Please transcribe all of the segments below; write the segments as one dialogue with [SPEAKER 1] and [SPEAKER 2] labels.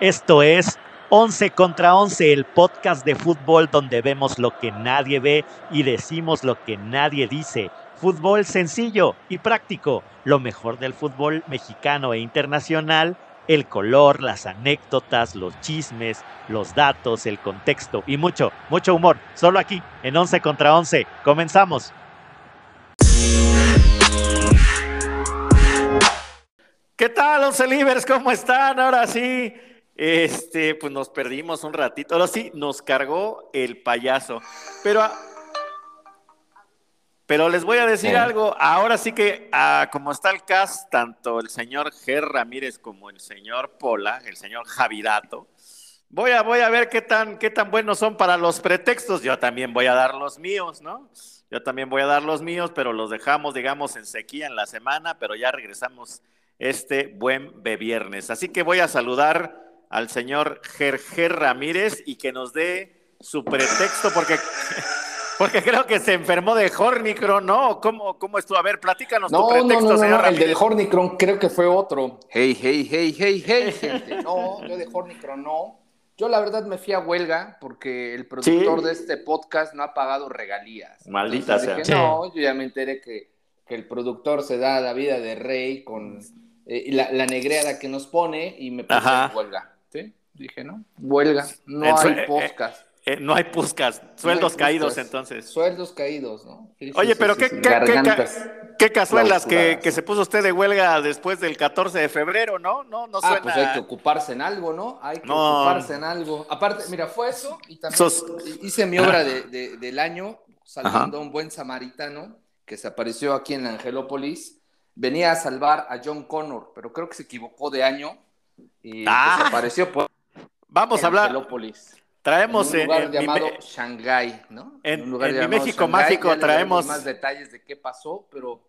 [SPEAKER 1] Esto es 11 contra 11, el podcast de fútbol donde vemos lo que nadie ve y decimos lo que nadie dice. Fútbol sencillo y práctico, lo mejor del fútbol mexicano e internacional, el color, las anécdotas, los chismes, los datos, el contexto y mucho, mucho humor, solo aquí en 11 contra 11. Comenzamos. ¿Qué tal, Once Libres? ¿Cómo están? Ahora sí, este, pues nos perdimos un ratito. Ahora sí, nos cargó el payaso. Pero, a- pero les voy a decir
[SPEAKER 2] Eh.
[SPEAKER 1] algo. Ahora sí que, ah, como está el cast, tanto el señor Ger Ramírez como el señor Pola, el señor Javirato, voy a, voy a ver qué tan, qué tan buenos son para los pretextos. Yo también voy a dar los míos, ¿no? Yo también voy a dar los míos, pero los dejamos, digamos, en sequía en la semana, pero ya regresamos este buen viernes. Así que voy a saludar al señor Jerge Ramírez y que nos dé su pretexto, porque, porque creo que se enfermó de Hornicro, ¿no? ¿Cómo, cómo estuvo? A ver, platícanos tu
[SPEAKER 2] No, no,
[SPEAKER 1] pretexto,
[SPEAKER 2] no, no, no,
[SPEAKER 1] señor
[SPEAKER 2] el
[SPEAKER 1] Ramírez.
[SPEAKER 2] del Hornicron creo que fue otro.
[SPEAKER 3] Hey, hey, hey, hey, hey, gente.
[SPEAKER 2] No, yo de Hornicron no. Yo la verdad me fui a huelga porque el productor
[SPEAKER 1] Sí.
[SPEAKER 2] de este podcast no ha pagado regalías.
[SPEAKER 1] Maldita
[SPEAKER 2] Entonces dije,
[SPEAKER 1] sea.
[SPEAKER 2] No, yo ya me enteré que, que el productor se da la vida de rey con eh, y la, la negreada que nos pone y me puse
[SPEAKER 1] Ajá.
[SPEAKER 2] en huelga. ¿Sí? Dije, no, huelga, no
[SPEAKER 1] En su- eh,
[SPEAKER 2] hay podcast.
[SPEAKER 1] Eh, no hay puscas, sueldos
[SPEAKER 2] No hay
[SPEAKER 1] caídos
[SPEAKER 2] justas.
[SPEAKER 1] entonces.
[SPEAKER 2] Sueldos caídos, ¿no? Sí, sí,
[SPEAKER 1] Oye,
[SPEAKER 2] sí,
[SPEAKER 1] pero
[SPEAKER 2] sí,
[SPEAKER 1] qué-
[SPEAKER 2] sí.
[SPEAKER 1] qué- qué ca-
[SPEAKER 2] Gargantas.
[SPEAKER 1] Qué casuelas que,
[SPEAKER 2] Clausuradas.
[SPEAKER 1] que se puso usted de huelga después del 14 de febrero, ¿no? No, no
[SPEAKER 2] Ah,
[SPEAKER 1] suena.
[SPEAKER 2] pues hay que ocuparse en algo, ¿no? Hay que
[SPEAKER 1] No.
[SPEAKER 2] ocuparse en algo. Aparte, mira, fue eso y también
[SPEAKER 1] Sos-
[SPEAKER 2] hice mi obra de- de- del año salvando
[SPEAKER 1] Ajá.
[SPEAKER 2] a un buen samaritano que se apareció aquí en la Angelópolis. Venía a salvar a John Connor, pero creo que se equivocó de año y
[SPEAKER 1] Ah.
[SPEAKER 2] desapareció por
[SPEAKER 1] Vamos a hablar,
[SPEAKER 2] Angelópolis.
[SPEAKER 1] traemos en,
[SPEAKER 2] en un lugar
[SPEAKER 1] en mi
[SPEAKER 2] llamado
[SPEAKER 1] me-
[SPEAKER 2] Shanghái, ¿no?
[SPEAKER 1] en-
[SPEAKER 2] un lugar
[SPEAKER 1] en mi
[SPEAKER 2] llamado
[SPEAKER 1] México
[SPEAKER 2] Shanghái.
[SPEAKER 1] mágico
[SPEAKER 2] Ya les daremos
[SPEAKER 1] traemos-
[SPEAKER 2] más detalles de qué pasó, pero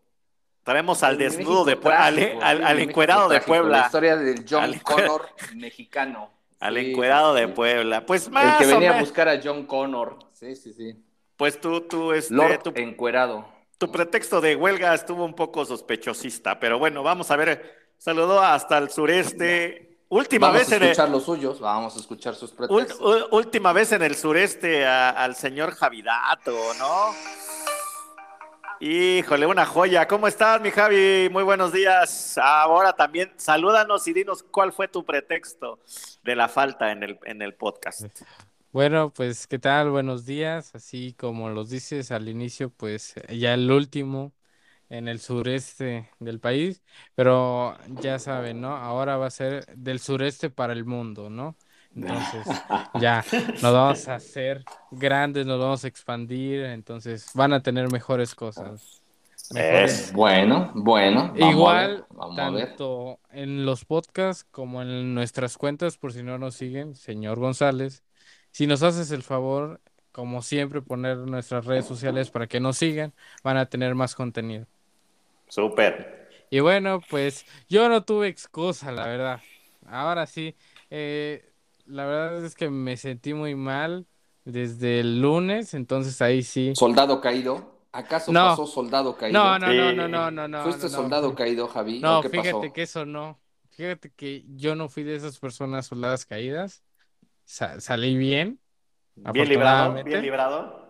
[SPEAKER 1] traemos al
[SPEAKER 2] en mi
[SPEAKER 1] desnudo
[SPEAKER 2] México
[SPEAKER 1] de Puebla, al,
[SPEAKER 2] trágico,
[SPEAKER 1] al-
[SPEAKER 2] sí,
[SPEAKER 1] al
[SPEAKER 2] en mi
[SPEAKER 1] encuerado de
[SPEAKER 2] México trágico, La
[SPEAKER 1] Puebla,
[SPEAKER 2] historia del John
[SPEAKER 1] Al encuer-
[SPEAKER 2] Connor mexicano.
[SPEAKER 1] al
[SPEAKER 2] Sí,
[SPEAKER 1] encuerado
[SPEAKER 2] sí,
[SPEAKER 1] de
[SPEAKER 2] sí.
[SPEAKER 1] Puebla. Pues
[SPEAKER 2] El
[SPEAKER 1] más
[SPEAKER 2] que
[SPEAKER 1] o
[SPEAKER 2] venía a
[SPEAKER 1] menos.
[SPEAKER 2] buscar a John Connor. Sí, sí, sí.
[SPEAKER 1] pues tú, tú, este,
[SPEAKER 2] Lord
[SPEAKER 1] tu,
[SPEAKER 2] encuerado.
[SPEAKER 1] tu pretexto de huelga estuvo un poco sospechosista, pero bueno, vamos a ver. Saludó hasta el sureste. Última
[SPEAKER 2] Vamos
[SPEAKER 1] vez
[SPEAKER 2] a
[SPEAKER 1] en el,
[SPEAKER 2] escuchar los suyos, vamos a escuchar sus
[SPEAKER 1] Ul-
[SPEAKER 2] pretextos.
[SPEAKER 1] ul- última vez en el sureste a- al señor Javidato, ¿no? Híjole, una joya. ¿Cómo estás, mi Javi? Muy buenos días. Ahora también, salúdanos y dinos cuál fue tu pretexto de la falta en el, en el podcast.
[SPEAKER 4] Bueno, pues, ¿qué tal? Buenos días. Así como los dices al inicio, pues ya el último en el sureste del país, pero ya saben, ¿no? Ahora va a ser del sureste para el mundo, ¿no? Entonces, ya nos vamos a hacer grandes, nos vamos a expandir, entonces van a tener mejores cosas. Mejores
[SPEAKER 1] Es-
[SPEAKER 2] Bueno, bueno. vamos a ver,
[SPEAKER 4] Igual,
[SPEAKER 2] vamos a ver.
[SPEAKER 4] tanto en los podcasts como en nuestras cuentas, por si no nos siguen, señor González, si nos haces el favor, como siempre, poner nuestras redes sociales para que nos sigan, van a tener más contenido.
[SPEAKER 1] Súper.
[SPEAKER 4] Y bueno, pues yo no tuve excusa, la verdad. Ahora sí, eh, la verdad es que me sentí muy mal desde el lunes, entonces ahí sí.
[SPEAKER 2] Soldado caído. ¿Acaso
[SPEAKER 4] No.
[SPEAKER 2] pasó soldado caído?
[SPEAKER 4] No, no, no, no,
[SPEAKER 1] Sí.
[SPEAKER 4] no, no, no,
[SPEAKER 2] ¿Fuiste
[SPEAKER 4] no, no.
[SPEAKER 2] soldado caído, Javi? ¿O
[SPEAKER 4] No,
[SPEAKER 2] qué
[SPEAKER 4] fíjate
[SPEAKER 2] pasó?
[SPEAKER 4] que eso no. Fíjate que yo no fui de esas personas soldadas caídas. Sa- salí bien,
[SPEAKER 1] Bien librado,
[SPEAKER 4] Afortunadamente.
[SPEAKER 1] bien librado.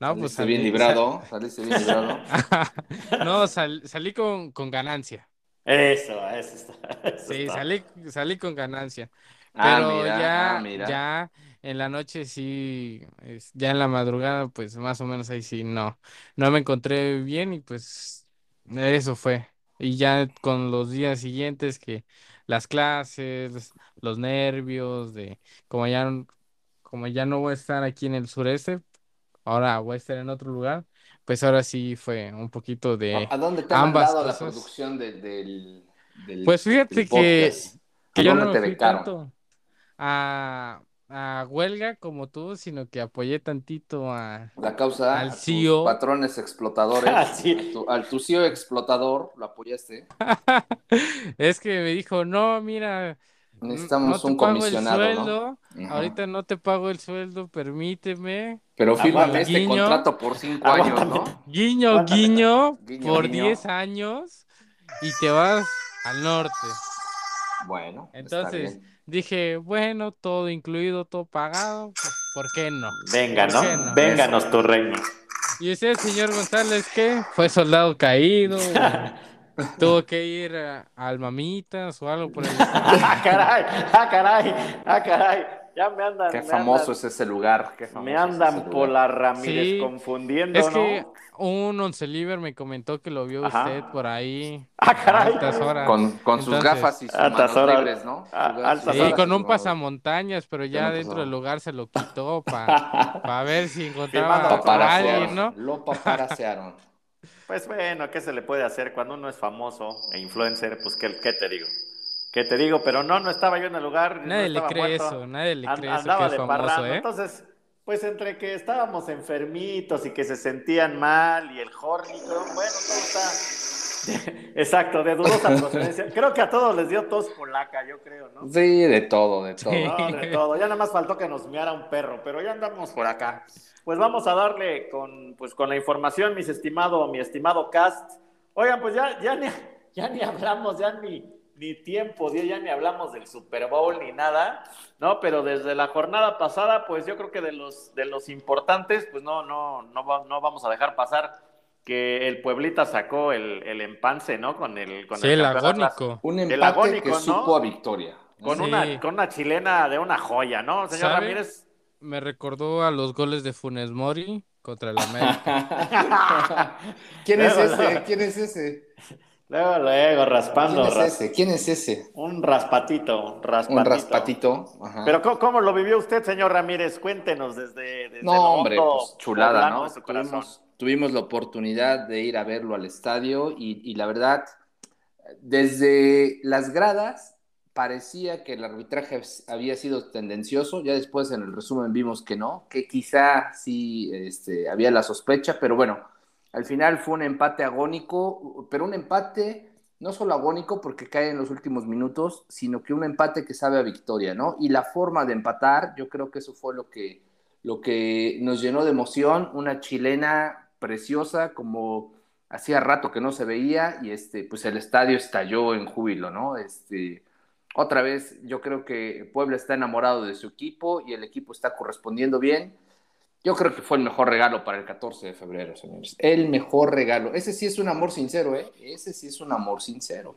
[SPEAKER 4] ¿no? Pues
[SPEAKER 2] Saliste bien
[SPEAKER 4] salí-
[SPEAKER 2] librado, saliste bien librado.
[SPEAKER 4] sal- no, sal- salí con, con ganancia.
[SPEAKER 1] Eso, eso está. eso
[SPEAKER 4] Sí,
[SPEAKER 1] está.
[SPEAKER 4] salí, salí con ganancia.
[SPEAKER 2] Ah,
[SPEAKER 4] Pero
[SPEAKER 2] mira,
[SPEAKER 4] ya,
[SPEAKER 2] ah, mira.
[SPEAKER 4] ya en la noche sí, es- ya en la madrugada, pues más o menos ahí sí, no. No me encontré bien y pues eso fue. Y ya con los días siguientes que las clases, los nervios de como ya, n- como ya no voy a estar aquí en el sureste, ahora voy a estar en otro lugar, pues ahora sí fue un poquito de
[SPEAKER 2] ¿A, a dónde te ha
[SPEAKER 4] ambas
[SPEAKER 2] mandado la
[SPEAKER 4] cosas.
[SPEAKER 2] producción del, del, del-
[SPEAKER 4] Pues fíjate
[SPEAKER 2] del
[SPEAKER 4] que-
[SPEAKER 2] podcast?
[SPEAKER 4] que
[SPEAKER 2] ¿A
[SPEAKER 4] yo
[SPEAKER 2] dónde
[SPEAKER 4] no me
[SPEAKER 2] te
[SPEAKER 4] fui
[SPEAKER 2] becaron?
[SPEAKER 4] tanto a, a huelga como tú, sino que apoyé tantito a...
[SPEAKER 2] La causa
[SPEAKER 4] Al E
[SPEAKER 2] a tus
[SPEAKER 4] CEO.
[SPEAKER 2] patrones explotadores.
[SPEAKER 1] Ah, sí.
[SPEAKER 2] a tu- al tu CEO explotador lo apoyaste.
[SPEAKER 4] Es que me dijo, no, mira, n-
[SPEAKER 2] Necesitamos
[SPEAKER 4] Mm, no te
[SPEAKER 2] un
[SPEAKER 4] pago el
[SPEAKER 2] comisionado, ¿no?
[SPEAKER 4] sueldo,
[SPEAKER 2] Ajá.
[SPEAKER 4] ahorita no te pago el sueldo, permíteme.
[SPEAKER 2] Pero fírmame
[SPEAKER 1] Aguántame.
[SPEAKER 2] este
[SPEAKER 4] Guiño.
[SPEAKER 2] contrato por cinco
[SPEAKER 1] Aguántame.
[SPEAKER 2] años, ¿no?
[SPEAKER 4] Guiño,
[SPEAKER 1] Ándale.
[SPEAKER 4] guiño,
[SPEAKER 2] Guiño,
[SPEAKER 4] por
[SPEAKER 2] guiño.
[SPEAKER 4] 10 años y te vas al norte.
[SPEAKER 2] Bueno, está
[SPEAKER 4] Entonces,
[SPEAKER 2] bien.
[SPEAKER 4] Dije, bueno, todo incluido, todo pagado, pues, ¿por qué no?
[SPEAKER 1] Venga,
[SPEAKER 4] ¿Por qué no?
[SPEAKER 1] ¿no? Vénganos tu reino.
[SPEAKER 4] ¿Y usted, señor González, qué? ¿Fue soldado caído? o ¿Tuvo que ir a, al Mamitas o algo por el estilo?
[SPEAKER 1] ¡Ah, caray! ¡Ah, caray! ¡Ah, caray! Ya me andan.
[SPEAKER 2] qué
[SPEAKER 1] me
[SPEAKER 2] famoso
[SPEAKER 1] andan-
[SPEAKER 2] es ese lugar. qué famoso
[SPEAKER 1] Me
[SPEAKER 2] es ese
[SPEAKER 1] andan
[SPEAKER 2] lugar.
[SPEAKER 1] por la Ramírez
[SPEAKER 4] Sí.
[SPEAKER 1] confundiendo,
[SPEAKER 4] Es
[SPEAKER 1] ¿no?
[SPEAKER 4] que un once liber me comentó que lo vio
[SPEAKER 1] Ajá.
[SPEAKER 4] usted por ahí
[SPEAKER 1] ¡Ah,
[SPEAKER 4] a
[SPEAKER 1] caray!
[SPEAKER 4] altas horas.
[SPEAKER 2] Con, con sus
[SPEAKER 4] Entonces,
[SPEAKER 2] gafas y sus
[SPEAKER 1] altas
[SPEAKER 2] manos
[SPEAKER 1] horas.
[SPEAKER 2] libres, ¿no? Sus
[SPEAKER 1] Ah,
[SPEAKER 2] gafas y sus
[SPEAKER 1] altas
[SPEAKER 4] Sí,
[SPEAKER 1] horas.
[SPEAKER 4] con un
[SPEAKER 2] manos.
[SPEAKER 4] pasamontañas, pero
[SPEAKER 2] Con
[SPEAKER 4] ya
[SPEAKER 2] un
[SPEAKER 4] dentro del
[SPEAKER 2] pasamontañas.
[SPEAKER 4] lugar se lo quitó para ver si encontraba
[SPEAKER 1] Firmado
[SPEAKER 4] a
[SPEAKER 1] para
[SPEAKER 4] alguien,
[SPEAKER 2] Paparasearon.
[SPEAKER 4] ¿no?
[SPEAKER 2] Lo paparasearon.
[SPEAKER 1] Pues bueno, ¿qué se le puede hacer cuando uno es famoso e influencer? Pues, ¿qué, qué te digo? ¿Qué te digo? Pero no, no estaba yo en el lugar. no
[SPEAKER 4] Nadie le
[SPEAKER 1] estaba
[SPEAKER 4] cree
[SPEAKER 1] muerto.
[SPEAKER 4] eso, nadie le
[SPEAKER 1] An-
[SPEAKER 4] cree eso que
[SPEAKER 1] andaba
[SPEAKER 4] es
[SPEAKER 1] de
[SPEAKER 4] famoso,
[SPEAKER 1] parranda.
[SPEAKER 4] ¿eh?
[SPEAKER 1] Entonces, pues entre que estábamos enfermitos y que se sentían mal y el Jorge, bueno, todo está. Exacto, de dudosa procedencia. Creo que a todos les dio tos polaca, yo creo, ¿no?
[SPEAKER 2] Sí, de todo, de todo.
[SPEAKER 4] Sí.
[SPEAKER 1] No, de todo. Ya nada más faltó que nos miara un perro, pero ya andamos por acá. Pues vamos a darle con, pues, con la información, mis estimado, mi estimado cast. Oigan, pues ya, ya, ni, ya ni hablamos, ya ni, ni tiempo, dio, ya ni hablamos del Super Bowl ni nada, ¿no? Pero desde la jornada pasada, pues yo creo que de los, de los importantes, pues no, no, no, va- no vamos a dejar pasar que el Pueblita sacó el, el empance, ¿no? Con el, con
[SPEAKER 4] Sí, el
[SPEAKER 1] campeonato.
[SPEAKER 4] agónico.
[SPEAKER 2] Un
[SPEAKER 1] El
[SPEAKER 2] empate
[SPEAKER 1] agónico,
[SPEAKER 2] que
[SPEAKER 1] ¿no?
[SPEAKER 2] supo a victoria.
[SPEAKER 1] Con,
[SPEAKER 4] Sí.
[SPEAKER 1] una, con una chilena de una joya, ¿no? Señor
[SPEAKER 4] ¿Sabe?
[SPEAKER 1] Ramírez.
[SPEAKER 4] Me recordó a los goles de Funes Mori contra el América.
[SPEAKER 2] ¿Quién es
[SPEAKER 1] Luego,
[SPEAKER 2] ese?
[SPEAKER 1] luego.
[SPEAKER 2] ¿Quién es ese?
[SPEAKER 1] Luego, luego,
[SPEAKER 2] ¿Quién
[SPEAKER 1] raspando.
[SPEAKER 2] es
[SPEAKER 1] ras-
[SPEAKER 2] ese? ¿Quién es ese?
[SPEAKER 1] un raspatito, raspatito.
[SPEAKER 2] Un raspatito. Ajá.
[SPEAKER 1] Pero ¿cómo, cómo lo vivió usted, señor Ramírez? Cuéntenos desde, desde lo
[SPEAKER 2] No, hombre,
[SPEAKER 1] hondo
[SPEAKER 2] pues chulada,
[SPEAKER 1] poblano
[SPEAKER 2] ¿no?
[SPEAKER 1] de su corazón.
[SPEAKER 2] Tuvimos, tuvimos la oportunidad de ir a verlo al estadio y, y la verdad, desde las gradas parecía que el arbitraje había sido tendencioso, ya después en el resumen vimos que no, que quizá sí este, había la sospecha, pero bueno, al final fue un empate agónico, pero un empate no solo agónico porque cae en los últimos minutos, sino que un empate que sabe a victoria, ¿no? Y la forma de empatar, yo creo que eso fue lo que, lo que nos llenó de emoción, una chilena preciosa como hacía rato que no se veía y este, pues el estadio estalló en júbilo, ¿no? Este, otra vez, yo creo que Puebla está enamorado de su equipo y el equipo está correspondiendo bien. Yo creo que fue el mejor regalo para el 14 de febrero, señores. El mejor regalo. Ese sí es un amor sincero, ¿eh? Ese sí es un amor sincero.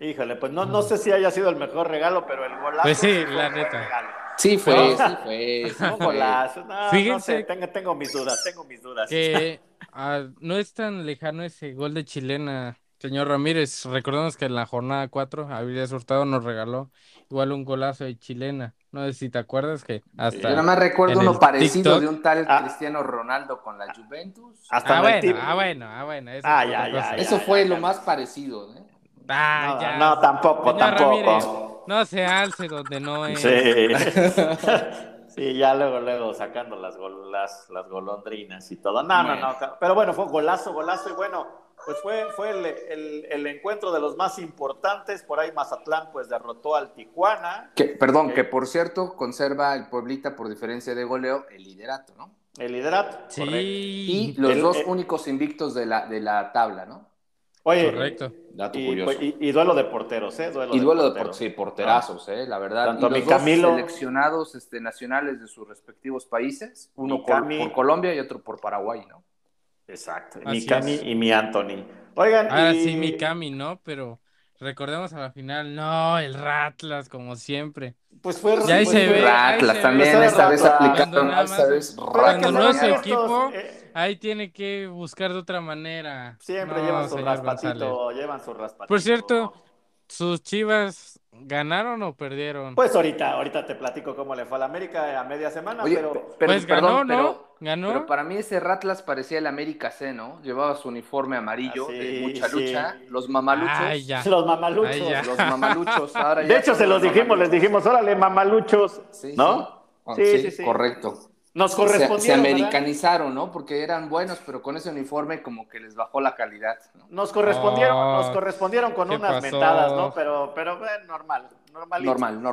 [SPEAKER 1] Híjole, pues no, no sé si haya sido el mejor regalo, pero el golazo.
[SPEAKER 4] Pues sí,
[SPEAKER 1] fue
[SPEAKER 4] la
[SPEAKER 1] un buen
[SPEAKER 4] neta.
[SPEAKER 1] regalo.
[SPEAKER 2] Sí fue,
[SPEAKER 1] No.
[SPEAKER 2] sí fue. sí
[SPEAKER 1] Un
[SPEAKER 2] fue.
[SPEAKER 1] golazo. No, no
[SPEAKER 4] Fíjense-
[SPEAKER 1] sé, tengo, tengo mis dudas, tengo mis dudas.
[SPEAKER 4] que ah, no es tan lejano ese gol de chilena, señor Ramírez. Recordemos que en la jornada 4, Avilés Hurtado nos regaló igual un golazo de chilena. No sé si te acuerdas que
[SPEAKER 2] Yo nada
[SPEAKER 4] hasta.
[SPEAKER 2] más recuerdo
[SPEAKER 4] En
[SPEAKER 2] uno
[SPEAKER 4] el
[SPEAKER 2] parecido
[SPEAKER 4] TikTok.
[SPEAKER 2] de un tal
[SPEAKER 1] Ah.
[SPEAKER 2] Cristiano Ronaldo con la Juventus.
[SPEAKER 1] Hasta
[SPEAKER 4] Ah,
[SPEAKER 1] en el
[SPEAKER 4] bueno,
[SPEAKER 1] tip-
[SPEAKER 4] ah, bueno, ah, bueno. eso
[SPEAKER 1] Ah,
[SPEAKER 4] es
[SPEAKER 1] ya,
[SPEAKER 4] otra cosa.
[SPEAKER 1] ya, ya.
[SPEAKER 2] Eso fue
[SPEAKER 1] ya.
[SPEAKER 2] lo más parecido, ¿eh?
[SPEAKER 4] Ah,
[SPEAKER 1] No,
[SPEAKER 4] ya.
[SPEAKER 1] no, tampoco,
[SPEAKER 4] Señor
[SPEAKER 1] tampoco.
[SPEAKER 4] No se alce donde no es.
[SPEAKER 1] Sí. Sí, ya luego, luego sacando las, gol- las, las golondrinas y todo. No,
[SPEAKER 2] Bueno.
[SPEAKER 1] no, no. Pero bueno, fue golazo, golazo. Y bueno, pues fue, fue el, el- el encuentro de los más importantes. Por ahí Mazatlán pues derrotó al Tijuana.
[SPEAKER 2] Que, perdón,
[SPEAKER 1] Ok.
[SPEAKER 2] que por cierto conserva el Pueblita por diferencia de goleo el liderato, ¿no?
[SPEAKER 1] El liderato.
[SPEAKER 4] Sí.
[SPEAKER 1] correcto.
[SPEAKER 2] Y los
[SPEAKER 1] El-
[SPEAKER 2] dos
[SPEAKER 4] eh,
[SPEAKER 1] el-
[SPEAKER 2] únicos invictos de la, de la tabla, ¿no?
[SPEAKER 1] Oye,
[SPEAKER 4] Correcto.
[SPEAKER 2] Dato
[SPEAKER 1] Y,
[SPEAKER 2] curioso.
[SPEAKER 1] pues, y- y duelo de porteros, ¿eh? Duelo
[SPEAKER 2] Y duelo de por,
[SPEAKER 1] porteros.
[SPEAKER 2] sí,
[SPEAKER 4] Ah.
[SPEAKER 2] porterazos, eh, la verdad.
[SPEAKER 1] Tanto
[SPEAKER 2] y los
[SPEAKER 1] mi Camilo-
[SPEAKER 2] dos seleccionados este, nacionales de sus respectivos países, uno
[SPEAKER 1] Mi
[SPEAKER 2] por,
[SPEAKER 1] Cami-
[SPEAKER 2] por Colombia y otro por Paraguay, ¿no?
[SPEAKER 1] Exacto. Mi
[SPEAKER 4] Así
[SPEAKER 1] Cami
[SPEAKER 4] es.
[SPEAKER 1] y mi Anthony. Oigan,
[SPEAKER 4] Ahora
[SPEAKER 1] y-
[SPEAKER 4] sí, mi Cami, ¿no? Pero recordemos a la final, no, el Ratlas, como siempre.
[SPEAKER 1] pues fue
[SPEAKER 4] Ya ahí
[SPEAKER 1] pues
[SPEAKER 4] se
[SPEAKER 1] fue-
[SPEAKER 4] ve, ahí
[SPEAKER 2] Ratlas
[SPEAKER 4] se
[SPEAKER 2] también,
[SPEAKER 1] ve.
[SPEAKER 2] esta vez
[SPEAKER 1] Cuando
[SPEAKER 2] aplicaron,
[SPEAKER 4] nada
[SPEAKER 2] esta
[SPEAKER 4] más-
[SPEAKER 2] vez
[SPEAKER 1] Pero hay que
[SPEAKER 4] Cuando no es
[SPEAKER 1] ser
[SPEAKER 4] su
[SPEAKER 2] ratonearon.
[SPEAKER 1] honestos,
[SPEAKER 4] equipo,
[SPEAKER 1] eh,
[SPEAKER 4] Ahí tiene que buscar de otra manera.
[SPEAKER 1] Siempre
[SPEAKER 4] No,
[SPEAKER 1] llevan su
[SPEAKER 4] señor
[SPEAKER 1] raspatito,
[SPEAKER 4] González.
[SPEAKER 1] llevan su raspatito.
[SPEAKER 4] Por cierto, ¿Sus chivas ganaron o perdieron?
[SPEAKER 1] Pues ahorita, ahorita te platico cómo le fue a la América a media semana,
[SPEAKER 2] Oye, pe-
[SPEAKER 1] pero
[SPEAKER 2] pero,
[SPEAKER 4] Pues ganó,
[SPEAKER 2] perdón,
[SPEAKER 4] ¿no?
[SPEAKER 2] pero,
[SPEAKER 4] Ganó.
[SPEAKER 2] pero para mí ese Ratlas parecía el América C, ¿no? Llevaba su uniforme amarillo,
[SPEAKER 1] Ah, sí,
[SPEAKER 2] de mucha
[SPEAKER 1] sí.
[SPEAKER 2] lucha, los mamaluchos.
[SPEAKER 4] Ay, ya.
[SPEAKER 1] los mamaluchos.
[SPEAKER 4] Ay, ya.
[SPEAKER 2] Los mamaluchos, ahora
[SPEAKER 1] De
[SPEAKER 2] ya
[SPEAKER 1] hecho,
[SPEAKER 2] son
[SPEAKER 1] se los dijimos, les
[SPEAKER 2] mamaluchos.
[SPEAKER 1] dijimos, órale, mamaluchos.
[SPEAKER 2] Sí,
[SPEAKER 1] ¿No? Sí,
[SPEAKER 2] Sí, sí,
[SPEAKER 1] sí, sí.
[SPEAKER 2] correcto.
[SPEAKER 1] Nos
[SPEAKER 2] Se,
[SPEAKER 1] correspondieron.
[SPEAKER 2] se
[SPEAKER 1] ¿verdad?
[SPEAKER 2] americanizaron, ¿no? Porque eran buenos, pero con ese uniforme como que les bajó la calidad. ¿no?
[SPEAKER 1] Nos correspondieron,
[SPEAKER 4] Oh,
[SPEAKER 1] nos correspondieron con
[SPEAKER 4] ¿qué
[SPEAKER 1] unas
[SPEAKER 4] pasó?
[SPEAKER 1] mentadas, ¿no? Pero, pero eh, normal, normalito.
[SPEAKER 2] Normal, normalito.
[SPEAKER 1] Normal,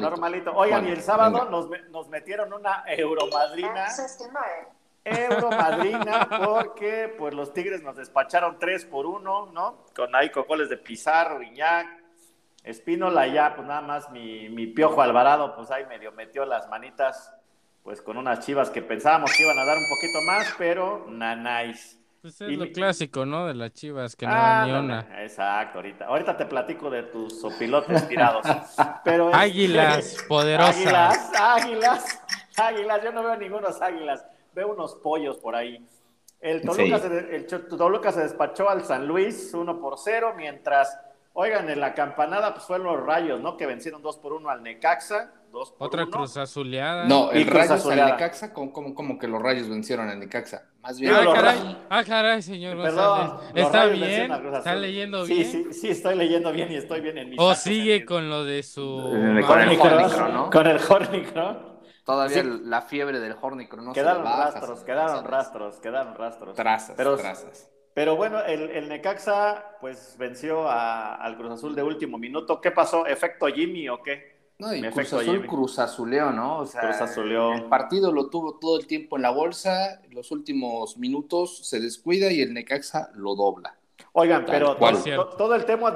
[SPEAKER 1] normalito.
[SPEAKER 2] normalito.
[SPEAKER 1] Oigan,
[SPEAKER 2] Bueno,
[SPEAKER 1] y el sábado
[SPEAKER 2] venga.
[SPEAKER 1] nos, me- nos metieron una euromadrina.
[SPEAKER 5] Access denied.
[SPEAKER 1] Euromadrina, porque pues los Tigres nos despacharon 3 por 1, ¿no? Con ahí con goles de Pizarro, Iñac, Espínola ya, pues nada más mi, mi piojo Alvarado, pues ahí medio metió las manitas, pues con unas chivas que pensábamos que iban a dar un poquito más, pero nanáis.
[SPEAKER 4] Pues es
[SPEAKER 1] Y
[SPEAKER 4] lo
[SPEAKER 1] mi-
[SPEAKER 4] clásico, ¿no? De las chivas, que no
[SPEAKER 1] Ah,
[SPEAKER 4] dan ni
[SPEAKER 1] no,
[SPEAKER 4] una.
[SPEAKER 1] no, Exacto, ahorita. Ahorita te platico de tus sopilotes tirados. Pero este,
[SPEAKER 4] Águilas poderosas.
[SPEAKER 1] Águilas, águilas, águilas. Yo no veo ningunos águilas. Veo unos pollos por ahí. El Toluca,
[SPEAKER 2] Sí.
[SPEAKER 1] se, de- el Cho- Toluca se despachó al San Luis 1 por 0, mientras, oigan, en la campanada pues fueron los rayos, ¿no? Que vencieron 2 por 1 al Necaxa. Dos por
[SPEAKER 4] Otra
[SPEAKER 1] uno.
[SPEAKER 4] cruz azuleada. Ah,
[SPEAKER 2] No,
[SPEAKER 1] Y
[SPEAKER 2] el
[SPEAKER 1] Cruz
[SPEAKER 2] Rayos al
[SPEAKER 1] Azuleada.
[SPEAKER 2] Necaxa, ¿cómo, cómo, cómo que los Rayos vencieron al Necaxa? Más bien,
[SPEAKER 1] Digo,
[SPEAKER 4] Ah,
[SPEAKER 1] los
[SPEAKER 4] caray, ah, caray, señor
[SPEAKER 1] Perdón,
[SPEAKER 4] González.
[SPEAKER 1] los
[SPEAKER 4] ¿Está
[SPEAKER 1] Rayos vencieron
[SPEAKER 4] bien?
[SPEAKER 1] al Cruz
[SPEAKER 4] ¿Está
[SPEAKER 1] Azul.
[SPEAKER 4] leyendo
[SPEAKER 1] Sí,
[SPEAKER 4] bien?
[SPEAKER 1] sí, sí, estoy leyendo bien y estoy bien en mi
[SPEAKER 4] ¿O
[SPEAKER 1] sangre.
[SPEAKER 4] sigue con lo de su...
[SPEAKER 1] con
[SPEAKER 2] Eh, con
[SPEAKER 1] el
[SPEAKER 2] el
[SPEAKER 1] Hornicro,
[SPEAKER 2] Hornicro, ¿no?
[SPEAKER 1] Con el Hornicro.
[SPEAKER 3] Todavía
[SPEAKER 1] Sí.
[SPEAKER 3] la fiebre del Hornicron no se
[SPEAKER 1] quedaron
[SPEAKER 3] le baja,
[SPEAKER 1] rastros,
[SPEAKER 3] señor
[SPEAKER 1] quedaron
[SPEAKER 3] González.
[SPEAKER 1] rastros, quedaron rastros.
[SPEAKER 2] trazas,
[SPEAKER 1] Pero-
[SPEAKER 2] trazas.
[SPEAKER 1] Pero bueno, el, el Necaxa pues venció a- al Cruz Azul de último minuto. ¿Qué pasó? ¿Efecto Jimmy o qué?
[SPEAKER 2] No, y
[SPEAKER 1] Mi
[SPEAKER 2] Cruz
[SPEAKER 1] efecto
[SPEAKER 2] Azul
[SPEAKER 1] Jimmy.
[SPEAKER 2] Cruz Azuleo, ¿no? O sea,
[SPEAKER 1] Cruz Azuleó.
[SPEAKER 2] El partido lo tuvo todo el tiempo en la bolsa, los últimos minutos se descuida y el Necaxa lo dobla.
[SPEAKER 1] Oigan,
[SPEAKER 2] Tal
[SPEAKER 1] pero
[SPEAKER 2] cual.
[SPEAKER 1] to- to- todo el tema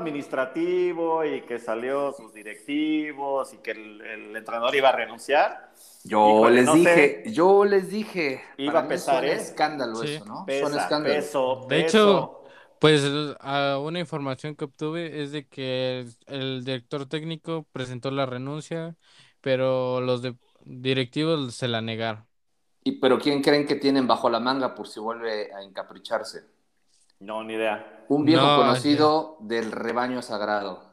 [SPEAKER 1] administrativo y que salió sus directivos y que el, el entrenador iba a renunciar.
[SPEAKER 3] Yo
[SPEAKER 1] Híjole,
[SPEAKER 3] les
[SPEAKER 1] no
[SPEAKER 3] dije, yo les dije.
[SPEAKER 1] Iba
[SPEAKER 2] Para
[SPEAKER 1] a
[SPEAKER 2] mí
[SPEAKER 1] pesar,
[SPEAKER 2] suena
[SPEAKER 1] ¿eh?
[SPEAKER 2] escándalo
[SPEAKER 4] Sí.
[SPEAKER 2] eso, ¿no? Suena
[SPEAKER 1] Pesa,
[SPEAKER 2] escándalo.
[SPEAKER 1] peso,
[SPEAKER 4] De
[SPEAKER 1] peso.
[SPEAKER 4] Pues ah, una información que obtuve es de que el, el director técnico presentó la renuncia, pero los de- directivos se la negaron.
[SPEAKER 2] Y, pero ¿quién creen que tienen bajo la manga por si vuelve a encapricharse?
[SPEAKER 1] No, ni idea.
[SPEAKER 2] Un viejo
[SPEAKER 4] No,
[SPEAKER 2] conocido del rebaño sagrado.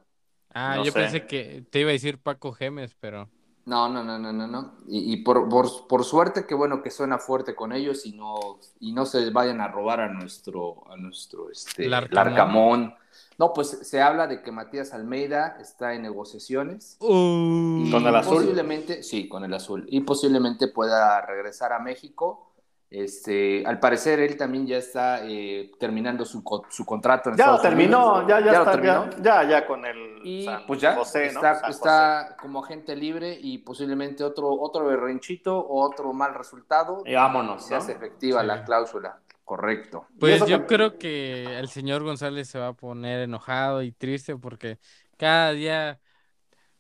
[SPEAKER 4] Ah,
[SPEAKER 1] No
[SPEAKER 4] yo
[SPEAKER 1] sé.
[SPEAKER 4] pensé que te iba a decir Paco Gemes, pero
[SPEAKER 2] No, no, no, no, no, no. Y, y por, por, por suerte que bueno que suena fuerte con ellos y no, y no se vayan a robar a nuestro, a nuestro este,
[SPEAKER 4] Larcamón.
[SPEAKER 2] Larcamón. No, pues se habla de que Matías Almeida está en negociaciones. y
[SPEAKER 1] Con el azul.
[SPEAKER 2] Posiblemente, sí, con el azul. Y posiblemente pueda regresar a México. Este, al parecer él también ya está eh, terminando su, co- su contrato. En
[SPEAKER 1] Ya lo
[SPEAKER 2] Estados
[SPEAKER 1] terminó,
[SPEAKER 2] Unidos.
[SPEAKER 1] ya, ya,
[SPEAKER 2] ¿Ya lo
[SPEAKER 1] está, ya,
[SPEAKER 2] terminó?
[SPEAKER 1] ya, ya con el
[SPEAKER 2] Y
[SPEAKER 1] San
[SPEAKER 2] pues ya
[SPEAKER 1] José, ¿no?
[SPEAKER 2] está,
[SPEAKER 1] San
[SPEAKER 2] está como agente libre y posiblemente otro, otro berrinchito o otro mal resultado.
[SPEAKER 1] José. Y vámonos,
[SPEAKER 2] Se
[SPEAKER 1] ¿no?
[SPEAKER 2] hace efectiva
[SPEAKER 4] Sí.
[SPEAKER 2] la cláusula. Correcto.
[SPEAKER 4] Pues
[SPEAKER 1] eso
[SPEAKER 4] yo
[SPEAKER 1] que-
[SPEAKER 4] creo que el señor González se va a poner enojado y triste porque cada día,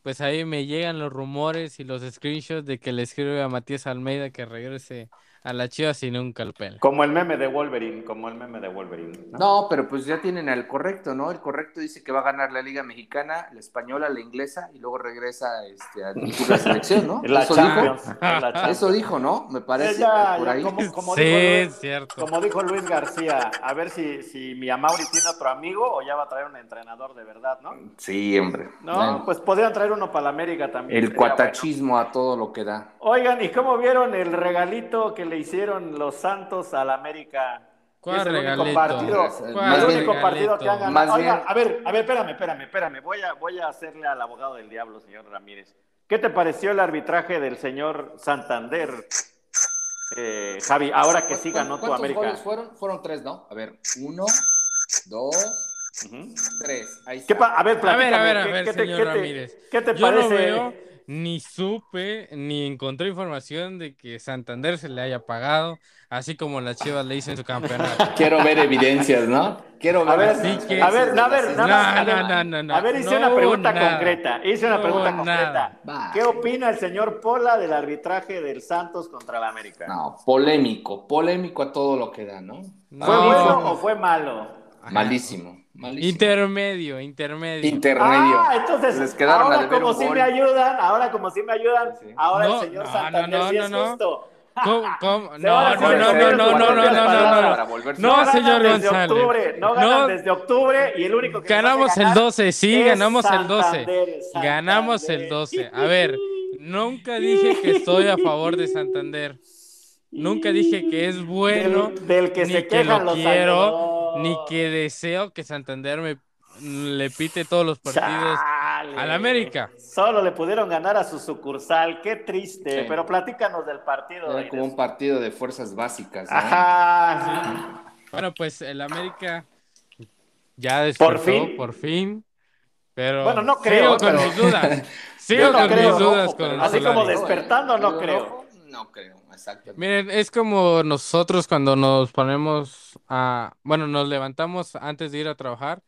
[SPEAKER 4] pues ahí me llegan los rumores y los screenshots de que le escribe a Matías Almeida que regrese a la Chivas y nunca lo pela.
[SPEAKER 1] Como el meme de Wolverine, como el meme de Wolverine. ¿no?
[SPEAKER 2] No, pero pues ya tienen al correcto, ¿no? El correcto dice que va a ganar la Liga Mexicana, la Española, la Inglesa y luego regresa este, a dirigir la selección, ¿no?
[SPEAKER 1] La
[SPEAKER 2] Eso dijo.
[SPEAKER 1] Champions. la Champions.
[SPEAKER 2] Eso dijo, ¿no? Me parece.
[SPEAKER 1] Sí, ya,
[SPEAKER 2] que por
[SPEAKER 1] ya,
[SPEAKER 2] ahí.
[SPEAKER 1] como- como
[SPEAKER 4] sí,
[SPEAKER 1] dijo Luis-
[SPEAKER 4] es cierto.
[SPEAKER 1] Como dijo Luis García, a ver si, si mi Amauri tiene otro amigo o ya va a traer un entrenador de verdad, ¿no?
[SPEAKER 2] Sí, hombre.
[SPEAKER 1] No,
[SPEAKER 2] Bueno,
[SPEAKER 1] pues podrían traer uno para la América también.
[SPEAKER 2] el
[SPEAKER 1] sería
[SPEAKER 2] cuatachismo a todo lo que da.
[SPEAKER 1] bueno. Oigan, ¿y cómo vieron el regalito que le hicieron los Santos al América?
[SPEAKER 4] ¿Cuál
[SPEAKER 1] es el único
[SPEAKER 4] regalito?
[SPEAKER 1] partido,
[SPEAKER 4] ¿Cuál
[SPEAKER 1] el
[SPEAKER 2] Más bien-
[SPEAKER 1] único partido que ha
[SPEAKER 4] regalito?
[SPEAKER 1] ganado.
[SPEAKER 2] Más
[SPEAKER 1] Oiga,
[SPEAKER 2] bien-
[SPEAKER 1] a ver, a ver, espérame, espérame, espérame. Voy a, voy a hacerle al abogado del diablo, señor Ramírez. ¿Qué te pareció el arbitraje del señor Santander, eh, Javi? Ahora que sí ganó tu
[SPEAKER 2] ¿Cuántos
[SPEAKER 1] América.
[SPEAKER 2] goles fueron? Fueron tres, ¿no? A ver, uno, dos,
[SPEAKER 1] Ujú.
[SPEAKER 2] tres. Ahí está.
[SPEAKER 1] ¿Qué pa- a ver,
[SPEAKER 4] A ver,
[SPEAKER 1] platícame.
[SPEAKER 4] a ver, a
[SPEAKER 1] ¿qué-
[SPEAKER 4] ver,
[SPEAKER 1] qué te-
[SPEAKER 4] señor
[SPEAKER 1] qué te-
[SPEAKER 4] Ramírez.
[SPEAKER 1] ¿Qué te
[SPEAKER 4] Yo no
[SPEAKER 1] parece?
[SPEAKER 4] veo, ni supe, ni encontré información de que Santander se le haya pagado, así como las Chivas le hizo en su campeonato.
[SPEAKER 2] Quiero ver evidencias, ¿no? Quiero
[SPEAKER 1] A ver,
[SPEAKER 2] las
[SPEAKER 1] sí
[SPEAKER 4] que-
[SPEAKER 2] transferencias
[SPEAKER 1] a ver, no, a
[SPEAKER 2] de las
[SPEAKER 1] ver,
[SPEAKER 4] No,
[SPEAKER 1] nada más, a ver,
[SPEAKER 2] islas.
[SPEAKER 4] no, no, no, no.
[SPEAKER 1] A ver, hice
[SPEAKER 4] No
[SPEAKER 1] una
[SPEAKER 4] hubo
[SPEAKER 1] pregunta
[SPEAKER 4] nada.
[SPEAKER 1] concreta. Hice una
[SPEAKER 4] No
[SPEAKER 1] pregunta
[SPEAKER 4] hubo
[SPEAKER 1] concreta.
[SPEAKER 4] nada.
[SPEAKER 2] Va.
[SPEAKER 1] ¿Qué opina el señor Pola del arbitraje del Santos contra el América?
[SPEAKER 2] No, polémico, polémico a todo lo que da, ¿no?
[SPEAKER 4] No.
[SPEAKER 1] ¿Fue
[SPEAKER 4] Ah.
[SPEAKER 1] bueno o fue malo?
[SPEAKER 4] Ajá.
[SPEAKER 2] Malísimo, malísimo.
[SPEAKER 4] Intermedio, intermedio.
[SPEAKER 2] Intermedio.
[SPEAKER 1] Ah, entonces,
[SPEAKER 2] Les quedaron a
[SPEAKER 1] ahora
[SPEAKER 2] deber
[SPEAKER 1] como
[SPEAKER 2] un
[SPEAKER 1] si
[SPEAKER 2] gol.
[SPEAKER 1] me ayudan, ahora como si me ayudan,
[SPEAKER 2] Sí, sí.
[SPEAKER 1] ahora
[SPEAKER 4] No,
[SPEAKER 1] el señor
[SPEAKER 4] no,
[SPEAKER 1] Santander
[SPEAKER 4] no,
[SPEAKER 1] sí
[SPEAKER 4] no,
[SPEAKER 1] es
[SPEAKER 4] no.
[SPEAKER 1] justo.
[SPEAKER 4] ¿Cómo, cómo?
[SPEAKER 1] Se van
[SPEAKER 4] No,
[SPEAKER 1] a
[SPEAKER 4] no,
[SPEAKER 1] hacer
[SPEAKER 4] no, no,
[SPEAKER 1] exámenes
[SPEAKER 4] no, no, no,
[SPEAKER 1] cuadrados
[SPEAKER 4] no,
[SPEAKER 1] para
[SPEAKER 4] no, no.
[SPEAKER 2] Para volverse
[SPEAKER 4] No,
[SPEAKER 1] ganan
[SPEAKER 4] señor
[SPEAKER 1] desde
[SPEAKER 4] González.
[SPEAKER 1] Octubre, no ganan
[SPEAKER 4] No.
[SPEAKER 1] desde octubre y el único que les hace
[SPEAKER 4] Ganamos el
[SPEAKER 1] ganar
[SPEAKER 4] 12, sí,
[SPEAKER 1] es
[SPEAKER 4] ganamos el 12.
[SPEAKER 1] Santander, Santander.
[SPEAKER 4] Ganamos el 12. A ver, nunca dije que estoy a favor de Santander. Nunca dije que es bueno,
[SPEAKER 1] Del, del que
[SPEAKER 4] ni
[SPEAKER 1] se
[SPEAKER 4] que
[SPEAKER 1] quejan
[SPEAKER 4] lo
[SPEAKER 1] los
[SPEAKER 4] quiero,
[SPEAKER 1] santos.
[SPEAKER 4] ni que deseo que Santander me le pite todos los partidos.
[SPEAKER 1] Chale.
[SPEAKER 4] al América.
[SPEAKER 1] Solo le pudieron ganar a su sucursal, qué triste.
[SPEAKER 2] Sí.
[SPEAKER 1] Pero platícanos del partido.
[SPEAKER 2] Era como un
[SPEAKER 1] Aires.
[SPEAKER 2] partido de fuerzas básicas. ¿no?
[SPEAKER 1] Ajá.
[SPEAKER 4] Bueno, pues el América ya
[SPEAKER 1] Por
[SPEAKER 4] despertó,
[SPEAKER 1] fin.
[SPEAKER 4] por fin. Pero
[SPEAKER 1] Bueno, no creo,
[SPEAKER 4] sigo con
[SPEAKER 1] pero-
[SPEAKER 4] mis dudas.
[SPEAKER 1] Yo
[SPEAKER 4] Sigo
[SPEAKER 1] no
[SPEAKER 4] con
[SPEAKER 1] creo,
[SPEAKER 4] mis
[SPEAKER 1] ¿no?
[SPEAKER 4] dudas
[SPEAKER 2] Ojo,
[SPEAKER 4] con
[SPEAKER 2] pero
[SPEAKER 4] el
[SPEAKER 1] así como
[SPEAKER 4] Solari.
[SPEAKER 1] de- despertando, no creo.
[SPEAKER 2] No creo, exacto.
[SPEAKER 4] Miren, es como nosotros cuando nos ponemos a, bueno, nos levantamos antes de ir a trabajar,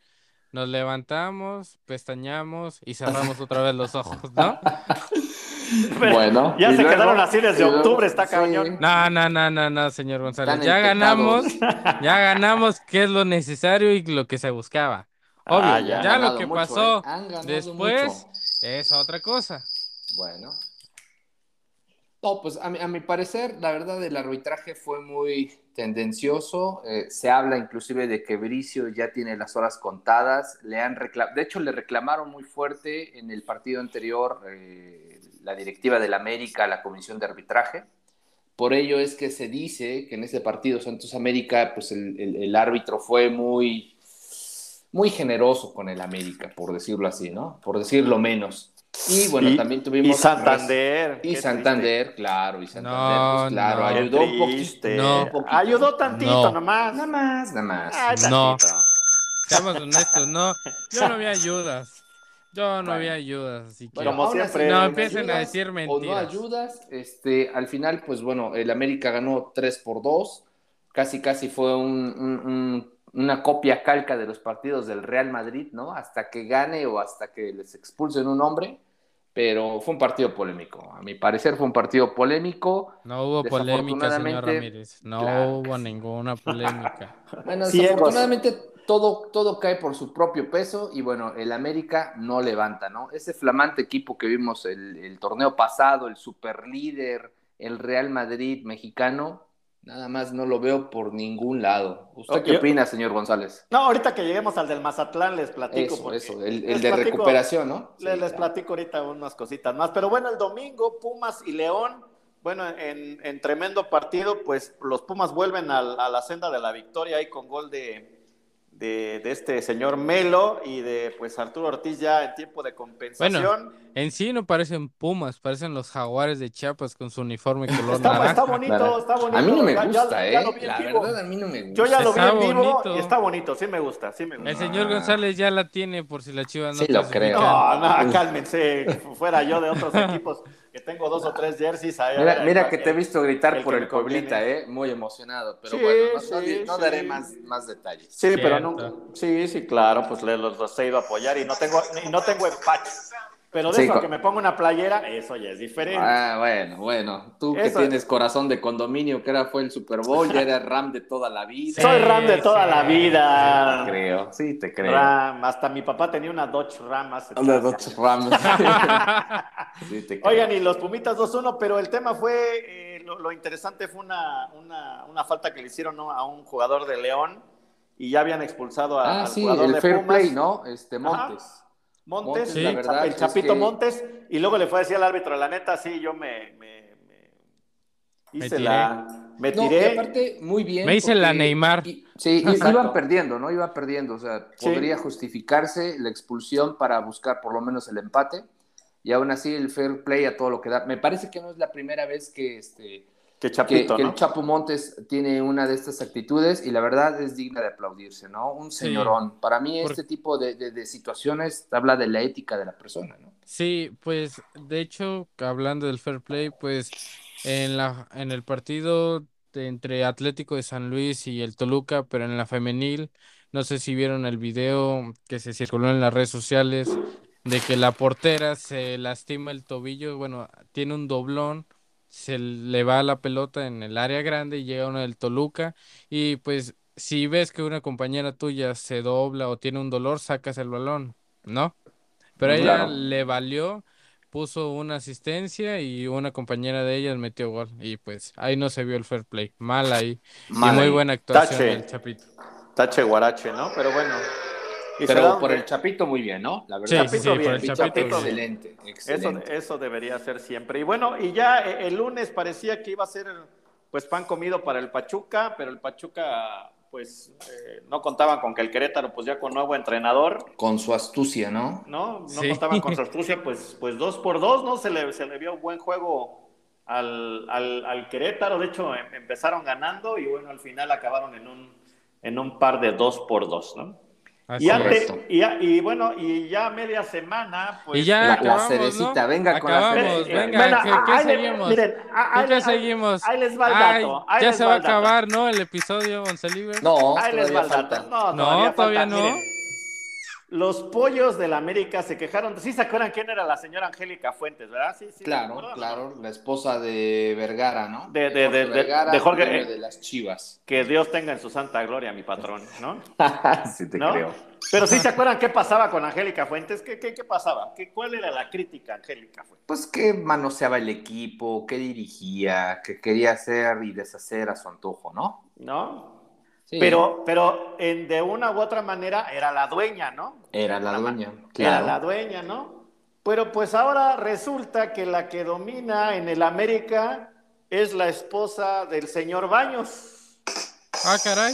[SPEAKER 4] nos levantamos, pestañamos y cerramos otra vez los ojos, ¿no?
[SPEAKER 2] Bueno,
[SPEAKER 1] Ya
[SPEAKER 2] y
[SPEAKER 1] se
[SPEAKER 2] luego-
[SPEAKER 1] quedaron así
[SPEAKER 2] y
[SPEAKER 1] desde
[SPEAKER 2] luego-
[SPEAKER 1] octubre, está
[SPEAKER 2] sí.
[SPEAKER 1] cañón.
[SPEAKER 4] No, no, no, no, no, señor González.
[SPEAKER 2] Están
[SPEAKER 4] Ya ganamos,
[SPEAKER 2] empectados.
[SPEAKER 4] ya ganamos, que es lo necesario y lo que se buscaba. Obvio,
[SPEAKER 1] Ah,
[SPEAKER 2] Han
[SPEAKER 1] ya.
[SPEAKER 4] ya lo
[SPEAKER 2] ganado
[SPEAKER 4] que
[SPEAKER 2] mucho,
[SPEAKER 4] pasó
[SPEAKER 2] ¿eh? Han ganado
[SPEAKER 4] después
[SPEAKER 2] mucho.
[SPEAKER 4] es otra cosa.
[SPEAKER 2] Bueno. No, pues a mi, a mi parecer, la verdad, el arbitraje fue muy tendencioso. Eh, se habla inclusive de que Bricio ya tiene las horas contadas. Le han recla- de hecho, le reclamaron muy fuerte en el partido anterior eh, la directiva del América a la comisión de arbitraje. Por ello es que se dice que en ese partido Santos América, pues el, el- el árbitro fue muy, muy generoso con el América, por decirlo así, ¿no? Por decirlo menos. Y bueno,
[SPEAKER 1] Y-
[SPEAKER 2] también tuvimos.
[SPEAKER 1] Y Santander. qué
[SPEAKER 2] Y
[SPEAKER 1] triste.
[SPEAKER 2] Santander, claro, y Santander,
[SPEAKER 4] No,
[SPEAKER 2] pues claro,
[SPEAKER 4] no.
[SPEAKER 1] Qué
[SPEAKER 2] ayudó un poquito.
[SPEAKER 1] triste.
[SPEAKER 4] No.
[SPEAKER 2] un poquito.
[SPEAKER 1] Ayudó tantito
[SPEAKER 4] No.
[SPEAKER 1] nomás.
[SPEAKER 2] Nada más, nada más.
[SPEAKER 1] Ay,
[SPEAKER 4] No.
[SPEAKER 1] tantito.
[SPEAKER 4] Seamos honestos, no, yo no vi ayudas. Yo no vi
[SPEAKER 2] Bueno.
[SPEAKER 4] ayudas, así que
[SPEAKER 2] Bueno,
[SPEAKER 1] Como
[SPEAKER 2] aún
[SPEAKER 1] siempre.
[SPEAKER 2] así,
[SPEAKER 1] No,
[SPEAKER 2] con
[SPEAKER 4] empiecen a
[SPEAKER 2] ayudas
[SPEAKER 4] decir
[SPEAKER 2] O no
[SPEAKER 4] mentiras.
[SPEAKER 2] ayudas, este, al final, pues bueno, el América ganó 3 por 2, casi casi fue un- un- un- una copia calca de los partidos del Real Madrid, ¿no? Hasta que gane o hasta que les expulsen un hombre, pero fue un partido polémico, a mi parecer fue un partido polémico.
[SPEAKER 4] no hubo polémica, señor
[SPEAKER 2] Desafortunadamente,
[SPEAKER 4] Ramírez. No
[SPEAKER 2] claro que
[SPEAKER 4] hubo
[SPEAKER 2] sí.
[SPEAKER 4] ninguna polémica.
[SPEAKER 2] Bueno,
[SPEAKER 1] Ciegos.
[SPEAKER 2] desafortunadamente todo, todo cae por su propio peso y bueno, el América no levanta, ¿no? Ese flamante equipo que vimos el, el torneo pasado, el superlíder, el Real Madrid mexicano, nada más no lo veo por ningún lado. ¿Usted qué
[SPEAKER 1] Yo-
[SPEAKER 2] opina, señor González?
[SPEAKER 1] No, ahorita que lleguemos al del Mazatlán les platico.
[SPEAKER 2] Eso,
[SPEAKER 1] porque
[SPEAKER 2] eso, el, el
[SPEAKER 1] les
[SPEAKER 2] de
[SPEAKER 1] platico-
[SPEAKER 2] recuperación, ¿no?
[SPEAKER 1] le-
[SPEAKER 2] Sí,
[SPEAKER 1] les
[SPEAKER 2] claro.
[SPEAKER 1] platico ahorita unas cositas más. Pero bueno, el domingo, Pumas y León, bueno, en, en tremendo partido, pues los Pumas vuelven al- a, la senda de la victoria ahí con gol de, de, de este señor Melo y de pues Arturo Ortiz ya en tiempo de compensación.
[SPEAKER 4] En sí no parecen pumas, parecen los jaguares de Chiapas con su uniforme color
[SPEAKER 1] está, está
[SPEAKER 4] naranja.
[SPEAKER 1] bonito,
[SPEAKER 2] Claro.
[SPEAKER 1] está bonito.
[SPEAKER 2] A mí no me
[SPEAKER 1] Ya- ya-
[SPEAKER 2] gusta,
[SPEAKER 1] ya
[SPEAKER 2] ¿eh?
[SPEAKER 1] lo vi en
[SPEAKER 2] la
[SPEAKER 1] vivo.
[SPEAKER 2] verdad, a mí no me gusta.
[SPEAKER 1] Yo ya lo vi
[SPEAKER 4] Está
[SPEAKER 1] en vivo
[SPEAKER 4] bonito.
[SPEAKER 1] y está bonito, sí me gusta, sí me gusta.
[SPEAKER 4] El señor González ya la tiene por si la chiva no
[SPEAKER 2] Sí, lo creo.
[SPEAKER 4] clasifica.
[SPEAKER 1] No, no, cálmense. Fuera yo de otros equipos que tengo dos o tres jerseys. ahí,
[SPEAKER 2] Mira,
[SPEAKER 1] ahí,
[SPEAKER 2] mira
[SPEAKER 1] ahí,
[SPEAKER 2] que te he
[SPEAKER 1] ahí.
[SPEAKER 2] visto gritar
[SPEAKER 1] el
[SPEAKER 2] por
[SPEAKER 1] que
[SPEAKER 2] el
[SPEAKER 1] me conviene.
[SPEAKER 2] Pueblita, ¿eh? Muy emocionado, pero
[SPEAKER 1] Sí,
[SPEAKER 2] bueno, no, no-
[SPEAKER 1] sí,
[SPEAKER 2] no
[SPEAKER 1] sí.
[SPEAKER 2] daré más, más detalles.
[SPEAKER 1] Sí, pero
[SPEAKER 4] Cierto.
[SPEAKER 1] nunca. Sí, sí, claro, pues le- los, los he ido a apoyar y no tengo, y no tengo empacho. Pero de
[SPEAKER 2] Sí,
[SPEAKER 1] eso a
[SPEAKER 2] co-
[SPEAKER 1] que me ponga una playera, eso ya es diferente.
[SPEAKER 2] Ah, bueno, bueno. Tú
[SPEAKER 1] Eso-
[SPEAKER 2] que tienes corazón de condominio, que era fue el Super Bowl, ya era Ram de toda la vida.
[SPEAKER 1] Soy
[SPEAKER 4] sí,
[SPEAKER 1] Ram de toda
[SPEAKER 4] sí,
[SPEAKER 1] la vida.
[SPEAKER 2] Te creo, sí, te creo.
[SPEAKER 1] Ram, hasta mi papá tenía una Dodge Ram hace
[SPEAKER 2] Hola,
[SPEAKER 1] atrás.
[SPEAKER 2] Dr. Ram. Sí, te creo.
[SPEAKER 1] Oigan, y los Pumitas 2-1, pero el tema fue, eh, lo, lo interesante fue una, una, una falta que le hicieron ¿no? a un jugador de León y ya habían expulsado a,
[SPEAKER 2] ah,
[SPEAKER 1] al
[SPEAKER 2] sí,
[SPEAKER 1] jugador
[SPEAKER 2] el
[SPEAKER 1] de
[SPEAKER 2] fair
[SPEAKER 1] Pumas,
[SPEAKER 2] play, ¿no? Este Montes.
[SPEAKER 1] Montes,
[SPEAKER 4] Montes, la
[SPEAKER 1] el,
[SPEAKER 2] verdad
[SPEAKER 1] Chap- el
[SPEAKER 2] es
[SPEAKER 1] Chapito
[SPEAKER 2] que-
[SPEAKER 1] Montes, y luego le fue a decir al árbitro, la neta, sí, yo me, me, me
[SPEAKER 4] Me
[SPEAKER 1] hice
[SPEAKER 4] tiré.
[SPEAKER 1] la... Me
[SPEAKER 2] No, y
[SPEAKER 1] tiré.
[SPEAKER 2] aparte, muy bien.
[SPEAKER 4] Me hice
[SPEAKER 2] porque-
[SPEAKER 4] la Neymar.
[SPEAKER 2] y- sí, i-
[SPEAKER 1] Exacto.
[SPEAKER 2] iban perdiendo, ¿no? Iban perdiendo. O sea,
[SPEAKER 1] Sí.
[SPEAKER 2] podría justificarse la expulsión para buscar por lo menos el empate. Y aún así, el fair play a todo lo que da. Me parece que no es la primera vez que este.
[SPEAKER 1] que
[SPEAKER 2] que,
[SPEAKER 1] Chapito,
[SPEAKER 2] que
[SPEAKER 1] ¿no?
[SPEAKER 2] el Chapo Montes tiene una de estas actitudes y la verdad es digna de aplaudirse, ¿no? Un
[SPEAKER 4] Sí.
[SPEAKER 2] señorón. Para mí
[SPEAKER 4] Por-
[SPEAKER 2] este tipo de, de- de situaciones habla de la ética de la persona, ¿no?
[SPEAKER 4] Sí, pues de hecho, hablando del fair play, pues en la en el partido de- entre Atlético de San Luis y el Toluca, pero en la femenil, no sé si vieron el video que se circuló en las redes sociales de que la portera se lastima el tobillo, bueno, tiene un doblón, se le va la pelota en el área grande y llega uno del Toluca y pues si ves que una compañera tuya se dobla o tiene un dolor, sacas el balón, ¿no? Pero a ella
[SPEAKER 2] Claro.
[SPEAKER 4] le valió, puso una asistencia y una compañera de ellas metió gol. Y pues ahí no se vio el fair play. Mal ahí.
[SPEAKER 2] Mal
[SPEAKER 4] y muy
[SPEAKER 2] ahí.
[SPEAKER 4] buena actuación
[SPEAKER 1] Tache.
[SPEAKER 4] del Chapito.
[SPEAKER 1] Tache Guarache, ¿no? Pero bueno. Y se da-
[SPEAKER 2] Pero por el Chapito muy bien, ¿no? La
[SPEAKER 4] Sí,
[SPEAKER 2] verdad.
[SPEAKER 4] sí, sí,
[SPEAKER 1] Chapito bien,
[SPEAKER 4] por el
[SPEAKER 1] mi
[SPEAKER 4] Chapito.
[SPEAKER 1] Chapito
[SPEAKER 4] bien.
[SPEAKER 1] bien.
[SPEAKER 2] excelente,
[SPEAKER 1] Eso,
[SPEAKER 2] excelente.
[SPEAKER 1] eso debería ser siempre. Y bueno, y ya eh, el lunes parecía que iba a ser pues pan comido para el Pachuca, pero el Pachuca pues eh, no contaban con que el Querétaro pues ya con nuevo entrenador,
[SPEAKER 2] Con su astucia, ¿no?
[SPEAKER 1] ¿no? No
[SPEAKER 4] Sí.
[SPEAKER 1] contaban con su astucia, pues, pues dos por dos, ¿no? Se le, se le vio buen juego al, al, al Querétaro, de hecho em- empezaron ganando y bueno, al final acabaron en un, en un par de dos por dos, ¿no?
[SPEAKER 4] Así
[SPEAKER 1] Y,
[SPEAKER 4] es.
[SPEAKER 1] antes,
[SPEAKER 2] Correcto.
[SPEAKER 1] y, ya- y bueno, y ya media semana, pues...
[SPEAKER 4] Y ya
[SPEAKER 2] la- la
[SPEAKER 4] acabamos, ¿no?
[SPEAKER 2] cerecita, venga con la
[SPEAKER 4] Acabamos,
[SPEAKER 2] cerecita.
[SPEAKER 4] venga,
[SPEAKER 1] Bueno,
[SPEAKER 4] ¿qué,
[SPEAKER 1] ah,
[SPEAKER 4] qué
[SPEAKER 1] ahí le-
[SPEAKER 4] seguimos?
[SPEAKER 1] miren, ah,
[SPEAKER 4] ¿Con
[SPEAKER 1] ahí-
[SPEAKER 4] qué
[SPEAKER 1] ahí-
[SPEAKER 4] seguimos?
[SPEAKER 1] Ahí les va el dato.
[SPEAKER 4] Ay,
[SPEAKER 1] ahí
[SPEAKER 4] ya
[SPEAKER 1] les
[SPEAKER 4] se
[SPEAKER 1] va
[SPEAKER 4] va a
[SPEAKER 1] el dato.
[SPEAKER 4] acabar, ¿no? El episodio, González.
[SPEAKER 2] No,
[SPEAKER 1] Ahí les va
[SPEAKER 2] todavía
[SPEAKER 1] el dato.
[SPEAKER 2] falta.
[SPEAKER 1] No,
[SPEAKER 4] No,
[SPEAKER 1] todavía,
[SPEAKER 4] todavía
[SPEAKER 1] falta.
[SPEAKER 4] no.
[SPEAKER 1] Miren, Los pollos del América se quejaron. Sí, se acuerdan quién era la señora Angélica Fuentes, ¿verdad? Sí, sí.
[SPEAKER 2] Claro,
[SPEAKER 1] ¿se acuerdan?
[SPEAKER 2] claro, la esposa de Vergara, ¿no?
[SPEAKER 1] De- de- de- de- de Jorge-
[SPEAKER 2] dueño
[SPEAKER 1] eh.
[SPEAKER 2] de las Chivas.
[SPEAKER 1] Que Dios tenga en su santa gloria, mi patrón, ¿no?
[SPEAKER 2] Ah, sí te
[SPEAKER 1] ¿No? Pero sí se acuerdan qué pasaba con Angélica Fuentes, qué, qué, qué pasaba, ¿Qué, cuál era la crítica, a Angélica Fuentes.
[SPEAKER 2] Pues que manoseaba el equipo, que dirigía, que quería hacer y deshacer a su antojo, ¿no?
[SPEAKER 1] ¿No?
[SPEAKER 2] Sí,
[SPEAKER 1] Pero, pero en- de una u otra manera era la dueña, ¿no?
[SPEAKER 2] era la
[SPEAKER 1] la ma-
[SPEAKER 2] dueña.
[SPEAKER 1] Era la dueña, ¿no? Pero pues ahora resulta que la que domina en el América es la esposa del señor Baños,
[SPEAKER 4] Ah, caray.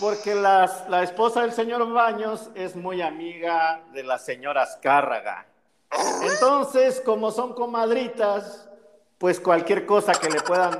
[SPEAKER 1] porque las- la esposa del señor Baños es muy amiga de la señora Azcárraga. Entonces, como son comadritas, pues cualquier cosa que le puedan,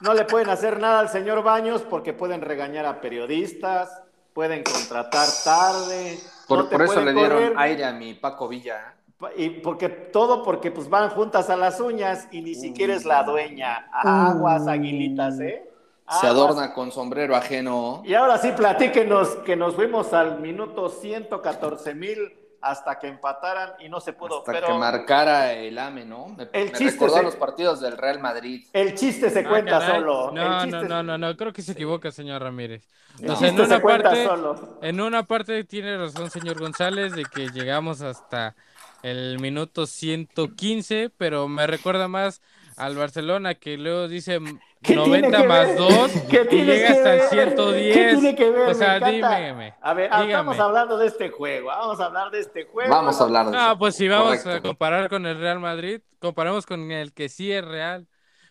[SPEAKER 1] no le pueden hacer nada al señor Baños porque pueden regañar a periodistas, pueden contratar tarde.
[SPEAKER 2] Por,
[SPEAKER 1] no te
[SPEAKER 2] por eso le
[SPEAKER 1] pueden
[SPEAKER 2] dieron
[SPEAKER 1] correr.
[SPEAKER 2] aire a mi Paco Villa. ¿eh?
[SPEAKER 1] Pa- Y porque todo porque pues van juntas a las uñas y ni siquiera es la dueña. Aguas, aguilitas, ¿eh?
[SPEAKER 2] Se
[SPEAKER 1] Aguas.
[SPEAKER 2] adorna con sombrero ajeno.
[SPEAKER 1] Y ahora sí platíquenos que nos fuimos al minuto 114 mil hasta que empataran y no se pudo.
[SPEAKER 2] Hasta
[SPEAKER 1] pero
[SPEAKER 2] que marcara el AME, ¿no? Me,
[SPEAKER 1] El
[SPEAKER 2] me
[SPEAKER 1] chiste
[SPEAKER 2] recordó
[SPEAKER 1] es-
[SPEAKER 2] a los partidos del Real Madrid.
[SPEAKER 1] el chiste se
[SPEAKER 4] Ah,
[SPEAKER 1] cuenta
[SPEAKER 4] caray.
[SPEAKER 1] solo.
[SPEAKER 4] No,
[SPEAKER 1] el
[SPEAKER 4] no,
[SPEAKER 1] chiste,
[SPEAKER 4] no, no, no, creo que se equivoca, señor Ramírez.
[SPEAKER 1] el
[SPEAKER 4] O sea,
[SPEAKER 1] chiste
[SPEAKER 4] en una
[SPEAKER 1] se cuenta
[SPEAKER 4] parte-
[SPEAKER 1] solo.
[SPEAKER 4] En una parte tiene razón, señor González, de que llegamos hasta el minuto 115, pero me recuerda más al Barcelona que luego dice
[SPEAKER 1] ¿Qué tiene
[SPEAKER 4] 90
[SPEAKER 1] que
[SPEAKER 4] más
[SPEAKER 1] ver?
[SPEAKER 4] 2
[SPEAKER 1] ¿Qué
[SPEAKER 4] y
[SPEAKER 1] tiene
[SPEAKER 4] llega
[SPEAKER 1] que
[SPEAKER 4] hasta el
[SPEAKER 1] ver? ¿Qué
[SPEAKER 4] 110.
[SPEAKER 1] tiene que ver?
[SPEAKER 4] O
[SPEAKER 1] Me
[SPEAKER 4] sea,
[SPEAKER 1] encanta.
[SPEAKER 4] dígame.
[SPEAKER 1] A ver, ah,
[SPEAKER 4] dígame.
[SPEAKER 1] estamos hablando de este juego. Vamos a hablar de este juego.
[SPEAKER 2] Vamos a hablar de
[SPEAKER 4] Ah,
[SPEAKER 2] eso.
[SPEAKER 4] pues si vamos a
[SPEAKER 2] Correcto.
[SPEAKER 4] comparar con el Real Madrid, comparamos con el que sí es real,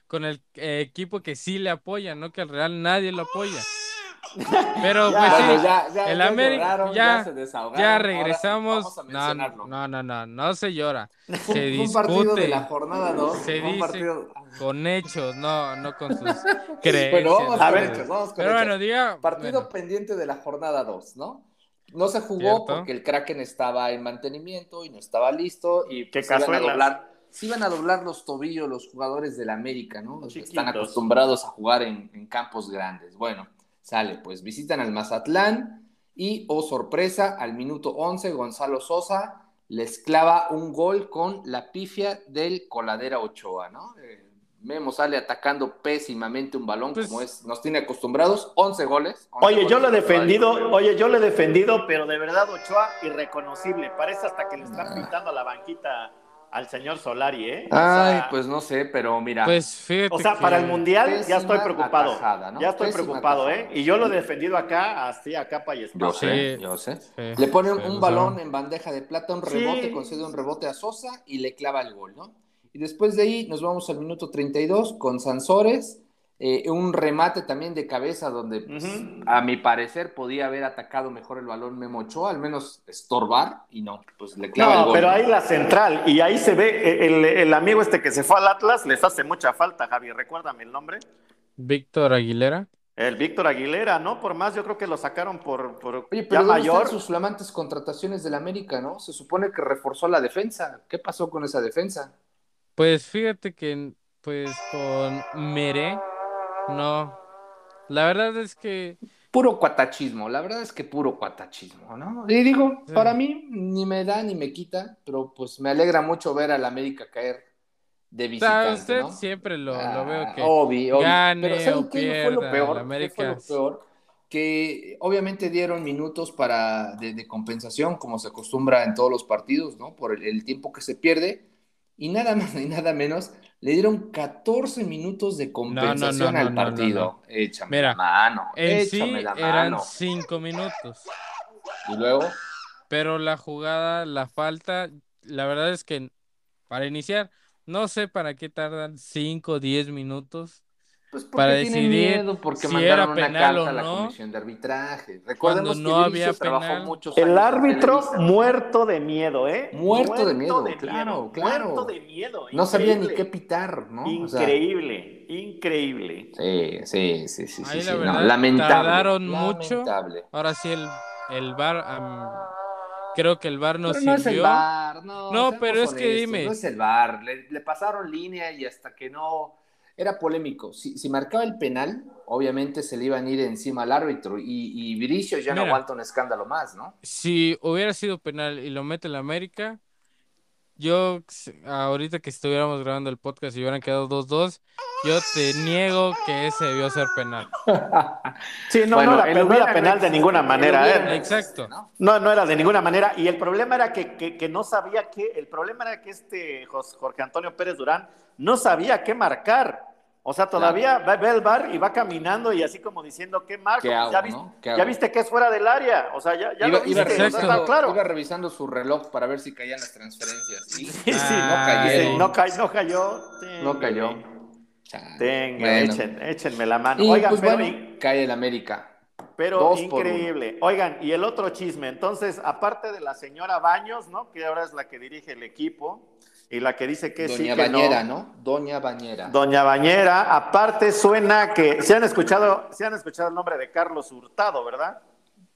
[SPEAKER 4] con el eh, equipo que sí le apoya, no que al Real nadie lo apoya. Pero
[SPEAKER 1] Ya,
[SPEAKER 4] pues sí,
[SPEAKER 2] Bueno, ya, ya,
[SPEAKER 4] el
[SPEAKER 2] ya
[SPEAKER 4] América-
[SPEAKER 2] lloraron,
[SPEAKER 4] ya-
[SPEAKER 2] se desahogaron.
[SPEAKER 4] Ya
[SPEAKER 2] Ahora
[SPEAKER 4] regresamos.
[SPEAKER 2] vamos a
[SPEAKER 4] No,
[SPEAKER 2] mencionarlo.
[SPEAKER 4] no, no, no, no se llora.
[SPEAKER 2] Fue
[SPEAKER 4] Se
[SPEAKER 2] un partido de
[SPEAKER 4] discute
[SPEAKER 2] la jornada 2.
[SPEAKER 4] Se dice- con hechos, no, no con sus creencias.
[SPEAKER 2] Bueno, vamos
[SPEAKER 1] A
[SPEAKER 2] con
[SPEAKER 1] ver,
[SPEAKER 2] hechos, vamos con
[SPEAKER 4] Pero bueno,
[SPEAKER 2] hechos.
[SPEAKER 4] diga.
[SPEAKER 2] Partido
[SPEAKER 4] bueno,
[SPEAKER 2] pendiente de la jornada 2, ¿no? No se jugó
[SPEAKER 4] Cierto.
[SPEAKER 2] porque el Kraken estaba en mantenimiento y no estaba listo y pues,
[SPEAKER 1] Qué
[SPEAKER 2] se iban a
[SPEAKER 1] cazuelas.
[SPEAKER 2] doblar. Se iban a doblar los tobillos los jugadores del América, ¿no? Están
[SPEAKER 1] Chiquitos.
[SPEAKER 2] acostumbrados a jugar en, en campos grandes. Bueno, sale, pues visitan al Mazatlán y, oh sorpresa, al minuto 11 Gonzalo Sosa les clava un gol con la pifia del Coladera Ochoa, ¿no? Eh, Memo sale atacando pésimamente un balón
[SPEAKER 4] Pues-
[SPEAKER 2] como es, nos tiene acostumbrados, 11 goles. 11
[SPEAKER 1] Oye, yo
[SPEAKER 2] goles
[SPEAKER 1] lo he
[SPEAKER 2] de Coladera
[SPEAKER 1] defendido,
[SPEAKER 2] Ochoa.
[SPEAKER 1] oye, yo lo he defendido, pero de verdad Ochoa irreconocible. Parece hasta que le
[SPEAKER 2] Ah.
[SPEAKER 1] están pintando la banquita al señor Solari, ¿eh? O sea,
[SPEAKER 2] Ay, pues no sé, pero mira.
[SPEAKER 4] Pues fíjate.
[SPEAKER 1] O sea, para
[SPEAKER 4] que-
[SPEAKER 1] el mundial ya
[SPEAKER 2] Pésima
[SPEAKER 1] estoy preocupado.
[SPEAKER 2] atajada, ¿no?
[SPEAKER 1] Ya estoy
[SPEAKER 2] Pésima
[SPEAKER 1] preocupado,
[SPEAKER 2] atajada.
[SPEAKER 1] ¿eh? Y yo lo he defendido acá, así a capa y espada.
[SPEAKER 2] yo sé,
[SPEAKER 4] Sí.
[SPEAKER 2] yo sé.
[SPEAKER 4] Sí,
[SPEAKER 2] Le ponen
[SPEAKER 4] sí,
[SPEAKER 2] un
[SPEAKER 4] lo
[SPEAKER 2] balón
[SPEAKER 4] saben.
[SPEAKER 2] en bandeja de plata, un
[SPEAKER 1] Sí.
[SPEAKER 2] rebote, concede un rebote a Sosa y le clava el gol, ¿no? Y después de ahí nos vamos al minuto 32 con Sansores, eh, un remate también de cabeza donde pues,
[SPEAKER 1] Ujú.
[SPEAKER 2] a mi parecer podía haber atacado mejor el balón Memo Ochoa, al menos estorbar y no, pues le clava el
[SPEAKER 1] No,
[SPEAKER 2] gol.
[SPEAKER 1] pero
[SPEAKER 2] ¿no?
[SPEAKER 1] ahí la central, y ahí se ve, eh, el, el amigo este que se fue al Atlas les hace mucha falta, Javi, recuérdame el nombre.
[SPEAKER 4] Víctor Aguilera.
[SPEAKER 1] El Víctor Aguilera, ¿no? Por más, yo creo que lo sacaron por, por
[SPEAKER 2] Oye,
[SPEAKER 1] ya
[SPEAKER 2] pero ¿dónde
[SPEAKER 1] mayor.
[SPEAKER 2] están sus flamantes contrataciones del América, no? Se supone que reforzó la defensa. ¿Qué pasó con esa defensa?
[SPEAKER 4] Pues fíjate que pues con Meré, no. La verdad es que
[SPEAKER 2] Puro cuatachismo, la verdad es que puro cuatachismo, ¿no? Y digo,
[SPEAKER 4] Sí.
[SPEAKER 2] para mí ni me da ni me quita, pero pues me alegra mucho ver al América caer de
[SPEAKER 4] o sea,
[SPEAKER 2] visitante,
[SPEAKER 4] usted
[SPEAKER 2] ¿no?
[SPEAKER 4] siempre lo, lo
[SPEAKER 2] Ah,
[SPEAKER 4] veo que.
[SPEAKER 2] obvio, obvio.
[SPEAKER 4] gane
[SPEAKER 2] pero
[SPEAKER 4] o
[SPEAKER 2] ¿saben qué fue lo
[SPEAKER 4] pierda,
[SPEAKER 2] peor?
[SPEAKER 4] la
[SPEAKER 2] ¿Qué fue lo
[SPEAKER 4] América-
[SPEAKER 2] peor? Que obviamente dieron minutos para de, de compensación, como se acostumbra en todos los partidos, ¿no? Por el, el tiempo que se pierde. Y nada más y nada menos, le dieron 14 minutos de compensación
[SPEAKER 4] no,
[SPEAKER 2] al
[SPEAKER 4] no, no, no,
[SPEAKER 2] partido.
[SPEAKER 4] no.
[SPEAKER 2] Échame
[SPEAKER 4] Mira,
[SPEAKER 2] la mano,
[SPEAKER 4] En
[SPEAKER 2] échame
[SPEAKER 4] sí
[SPEAKER 2] la
[SPEAKER 4] eran
[SPEAKER 2] mano.
[SPEAKER 4] cinco minutos.
[SPEAKER 2] Y luego,
[SPEAKER 4] Pero la jugada, la falta, la verdad es que para iniciar, no sé para qué tardan 5 o 10 minutos.
[SPEAKER 2] pues porque
[SPEAKER 4] Para
[SPEAKER 2] tienen
[SPEAKER 4] decidir
[SPEAKER 2] miedo, porque
[SPEAKER 4] si
[SPEAKER 2] mandaron
[SPEAKER 4] era
[SPEAKER 2] una
[SPEAKER 4] penal
[SPEAKER 2] carta
[SPEAKER 4] o
[SPEAKER 2] a la
[SPEAKER 4] no,
[SPEAKER 2] comisión de arbitraje. Recordemos
[SPEAKER 4] cuando
[SPEAKER 2] que
[SPEAKER 4] no
[SPEAKER 2] Bricio
[SPEAKER 4] había
[SPEAKER 2] trabajó
[SPEAKER 4] penal.
[SPEAKER 2] muchos
[SPEAKER 1] El
[SPEAKER 2] años en
[SPEAKER 1] árbitro
[SPEAKER 2] Televisa.
[SPEAKER 1] muerto de miedo, ¿eh?
[SPEAKER 2] Muerto de miedo, claro, claro.
[SPEAKER 1] Muerto de miedo.
[SPEAKER 2] No sabía ni
[SPEAKER 1] increíble.
[SPEAKER 2] qué pitar, ¿no? O sea,
[SPEAKER 1] Increíble, increíble.
[SPEAKER 2] sí, sí, sí, sí,
[SPEAKER 4] Ahí
[SPEAKER 2] sí,
[SPEAKER 4] la
[SPEAKER 2] no,
[SPEAKER 4] verdad,
[SPEAKER 2] lamentable.
[SPEAKER 4] tardaron mucho.
[SPEAKER 2] lamentable.
[SPEAKER 4] Ahora sí el, el VAR, am, creo que el VAR no
[SPEAKER 2] pero no es el
[SPEAKER 4] sirvió.
[SPEAKER 2] bar, no.
[SPEAKER 4] No,
[SPEAKER 2] seamos
[SPEAKER 4] pero es que
[SPEAKER 2] honestos,
[SPEAKER 4] dime.
[SPEAKER 2] No es el bar, le, le pasaron línea y hasta que no era polémico. Si, si marcaba el penal, obviamente se le iban a ir encima al árbitro. Y, y Viricio ya no
[SPEAKER 4] Mira.
[SPEAKER 2] aguanta un escándalo más, ¿no?
[SPEAKER 4] Si hubiera sido penal y lo mete el América, yo s- ahorita que estuviéramos grabando el podcast y hubieran quedado 2-2, yo te niego que ese debió ser penal.
[SPEAKER 1] Sí, no,
[SPEAKER 2] Bueno,
[SPEAKER 1] no, era,
[SPEAKER 2] el
[SPEAKER 1] no era
[SPEAKER 2] hubiera
[SPEAKER 1] penal
[SPEAKER 2] no
[SPEAKER 1] de ninguna
[SPEAKER 2] existe,
[SPEAKER 1] manera.
[SPEAKER 2] el
[SPEAKER 1] ¿eh?
[SPEAKER 2] hubiera
[SPEAKER 4] Exacto.
[SPEAKER 2] ¿no?
[SPEAKER 1] No, no era de ninguna manera. Y el problema era que, que- que no sabía que, el problema era que este Jos- Jorge Antonio Pérez Durán no sabía qué marcar. O sea, todavía va, ve al bar y va caminando y así como diciendo qué marco. Pues,
[SPEAKER 2] ¿Qué hago,
[SPEAKER 1] ya, viste,
[SPEAKER 2] no? ¿Qué
[SPEAKER 1] ya
[SPEAKER 2] hago?
[SPEAKER 1] viste que es fuera del área. O sea, ya, ya
[SPEAKER 2] iba,
[SPEAKER 1] lo
[SPEAKER 2] iba
[SPEAKER 1] viste, o sea,
[SPEAKER 4] exacto.
[SPEAKER 1] está
[SPEAKER 2] revisando,
[SPEAKER 1] claro.
[SPEAKER 2] iba revisando su reloj para ver si caían las transferencias. Y,
[SPEAKER 1] Sí, sí.
[SPEAKER 2] no cayeron.
[SPEAKER 1] Sí, Ah, no, ca- no cayó. Tenga,
[SPEAKER 2] No cayó. Chale.
[SPEAKER 1] Tenga,
[SPEAKER 2] Bueno.
[SPEAKER 1] echen- échenme la mano.
[SPEAKER 2] Y
[SPEAKER 1] Ah, Oigan,
[SPEAKER 2] pues
[SPEAKER 1] pero,
[SPEAKER 2] bueno, cae el América.
[SPEAKER 1] pero
[SPEAKER 2] dos por
[SPEAKER 1] increíble. Oigan, y el otro chisme. Entonces, aparte de la señora Baños, ¿no? Que ahora es la que dirige el equipo y la que dice que
[SPEAKER 2] Doña
[SPEAKER 1] sí, que
[SPEAKER 2] Bañera,
[SPEAKER 1] no.
[SPEAKER 2] no. Doña Bañera.
[SPEAKER 1] Doña Bañera, aparte suena que se han escuchado, se han escuchado el nombre de Carlos Hurtado, ¿verdad?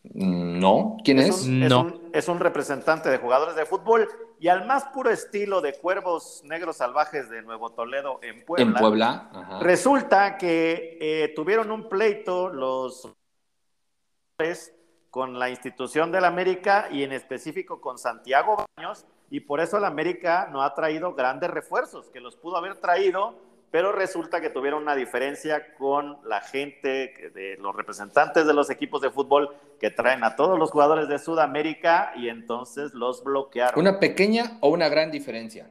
[SPEAKER 2] Mm, No. ¿Quién es?
[SPEAKER 1] Es un, es
[SPEAKER 4] No.
[SPEAKER 1] un- es un representante de jugadores de fútbol y al más puro estilo de cuervos negros salvajes de Nuevo Toledo en Puebla.
[SPEAKER 2] En Puebla. Ajá.
[SPEAKER 1] Resulta que eh, tuvieron un pleito los jugadores con la institución del América y en específico con Santiago Baños y por eso el América no ha traído grandes refuerzos que los pudo haber traído, pero resulta que tuvieron una diferencia con la gente que- de los representantes de los equipos de fútbol que traen a todos los jugadores de Sudamérica y entonces los bloquearon.
[SPEAKER 2] ¿Una pequeña o una gran diferencia?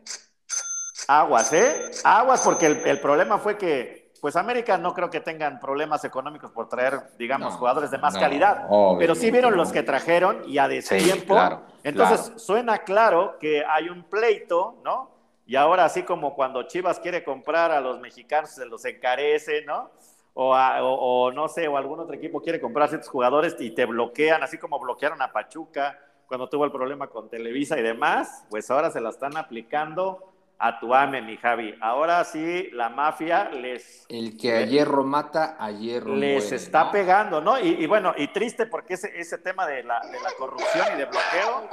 [SPEAKER 1] Aguas, ¿eh? Aguas, porque el, el problema fue que, pues América no creo que tengan problemas económicos por traer, digamos,
[SPEAKER 2] No,
[SPEAKER 1] jugadores de más
[SPEAKER 2] no,
[SPEAKER 1] calidad.
[SPEAKER 2] obviamente
[SPEAKER 1] Pero sí vieron
[SPEAKER 2] no.
[SPEAKER 1] los que trajeron y a destiempo.
[SPEAKER 2] claro,
[SPEAKER 1] Entonces
[SPEAKER 2] claro.
[SPEAKER 1] suena claro que hay un pleito, ¿no? Y ahora así como cuando Chivas quiere comprar a los mexicanos, se los encarece, ¿no? O, a- o- o no sé, o algún otro equipo quiere comprar ciertos jugadores y te bloquean, así como bloquearon a Pachuca cuando tuvo el problema con Televisa y demás, pues ahora se la están aplicando a tu ame, mi Javi. Ahora sí, la mafia les
[SPEAKER 2] El que a hierro mata, a hierro
[SPEAKER 1] les
[SPEAKER 2] muere,
[SPEAKER 1] está
[SPEAKER 2] ¿no?
[SPEAKER 1] pegando, ¿no? Y, y bueno, y triste porque ese, ese tema de la, de la corrupción y de bloqueo,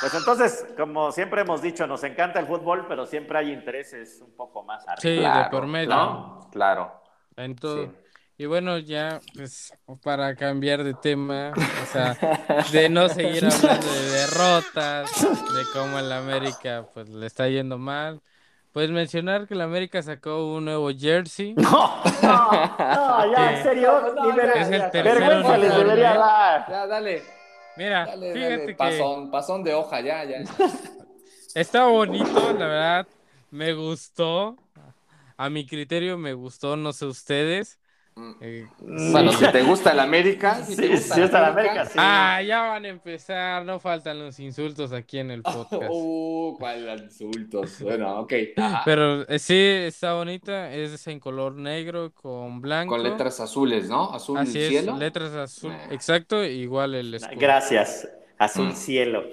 [SPEAKER 1] pues entonces, como siempre hemos dicho, nos encanta el fútbol, pero siempre hay intereses un poco más
[SPEAKER 4] Sí,
[SPEAKER 1] arriba.
[SPEAKER 4] de
[SPEAKER 2] Claro,
[SPEAKER 4] por medio.
[SPEAKER 2] ¿no? Claro.
[SPEAKER 4] En todo.
[SPEAKER 2] Sí.
[SPEAKER 4] Y bueno, ya, pues, para cambiar de tema, o sea, de no seguir hablando de derrotas, de cómo el América, pues, le está yendo mal, pues mencionar que el América sacó un nuevo jersey.
[SPEAKER 1] No, no, no, ya, en
[SPEAKER 4] Sí.
[SPEAKER 1] serio, ni ver-
[SPEAKER 4] Es el tercer
[SPEAKER 1] vergüenza les
[SPEAKER 4] uniforme.
[SPEAKER 1] debería dar.
[SPEAKER 2] Ya, dale.
[SPEAKER 4] Mira,
[SPEAKER 2] Dale,
[SPEAKER 4] fíjate
[SPEAKER 2] dale.
[SPEAKER 4] que
[SPEAKER 2] Pasón, pasón de hoja, ya, ya.
[SPEAKER 4] está bonito, la verdad, me gustó. A mi criterio me gustó, no sé ustedes.
[SPEAKER 2] Mm.
[SPEAKER 4] Eh,
[SPEAKER 2] Bueno, si te gusta el América, si te
[SPEAKER 1] Sí,
[SPEAKER 2] gusta
[SPEAKER 1] sí,
[SPEAKER 2] el
[SPEAKER 1] hasta la América, sí.
[SPEAKER 4] Ah, ya van a empezar, no faltan los insultos aquí en el podcast.
[SPEAKER 2] Uh, cuál insultos. Bueno, ok. Ajá.
[SPEAKER 4] Pero eh, sí, está bonita, es en color negro con blanco.
[SPEAKER 2] Con letras azules, ¿no? Azul
[SPEAKER 4] Así
[SPEAKER 2] del
[SPEAKER 4] es,
[SPEAKER 2] cielo.
[SPEAKER 4] letras azul,
[SPEAKER 2] Ah.
[SPEAKER 4] exacto, igual el escudo.
[SPEAKER 1] Gracias, azul
[SPEAKER 2] Mm.
[SPEAKER 1] cielo.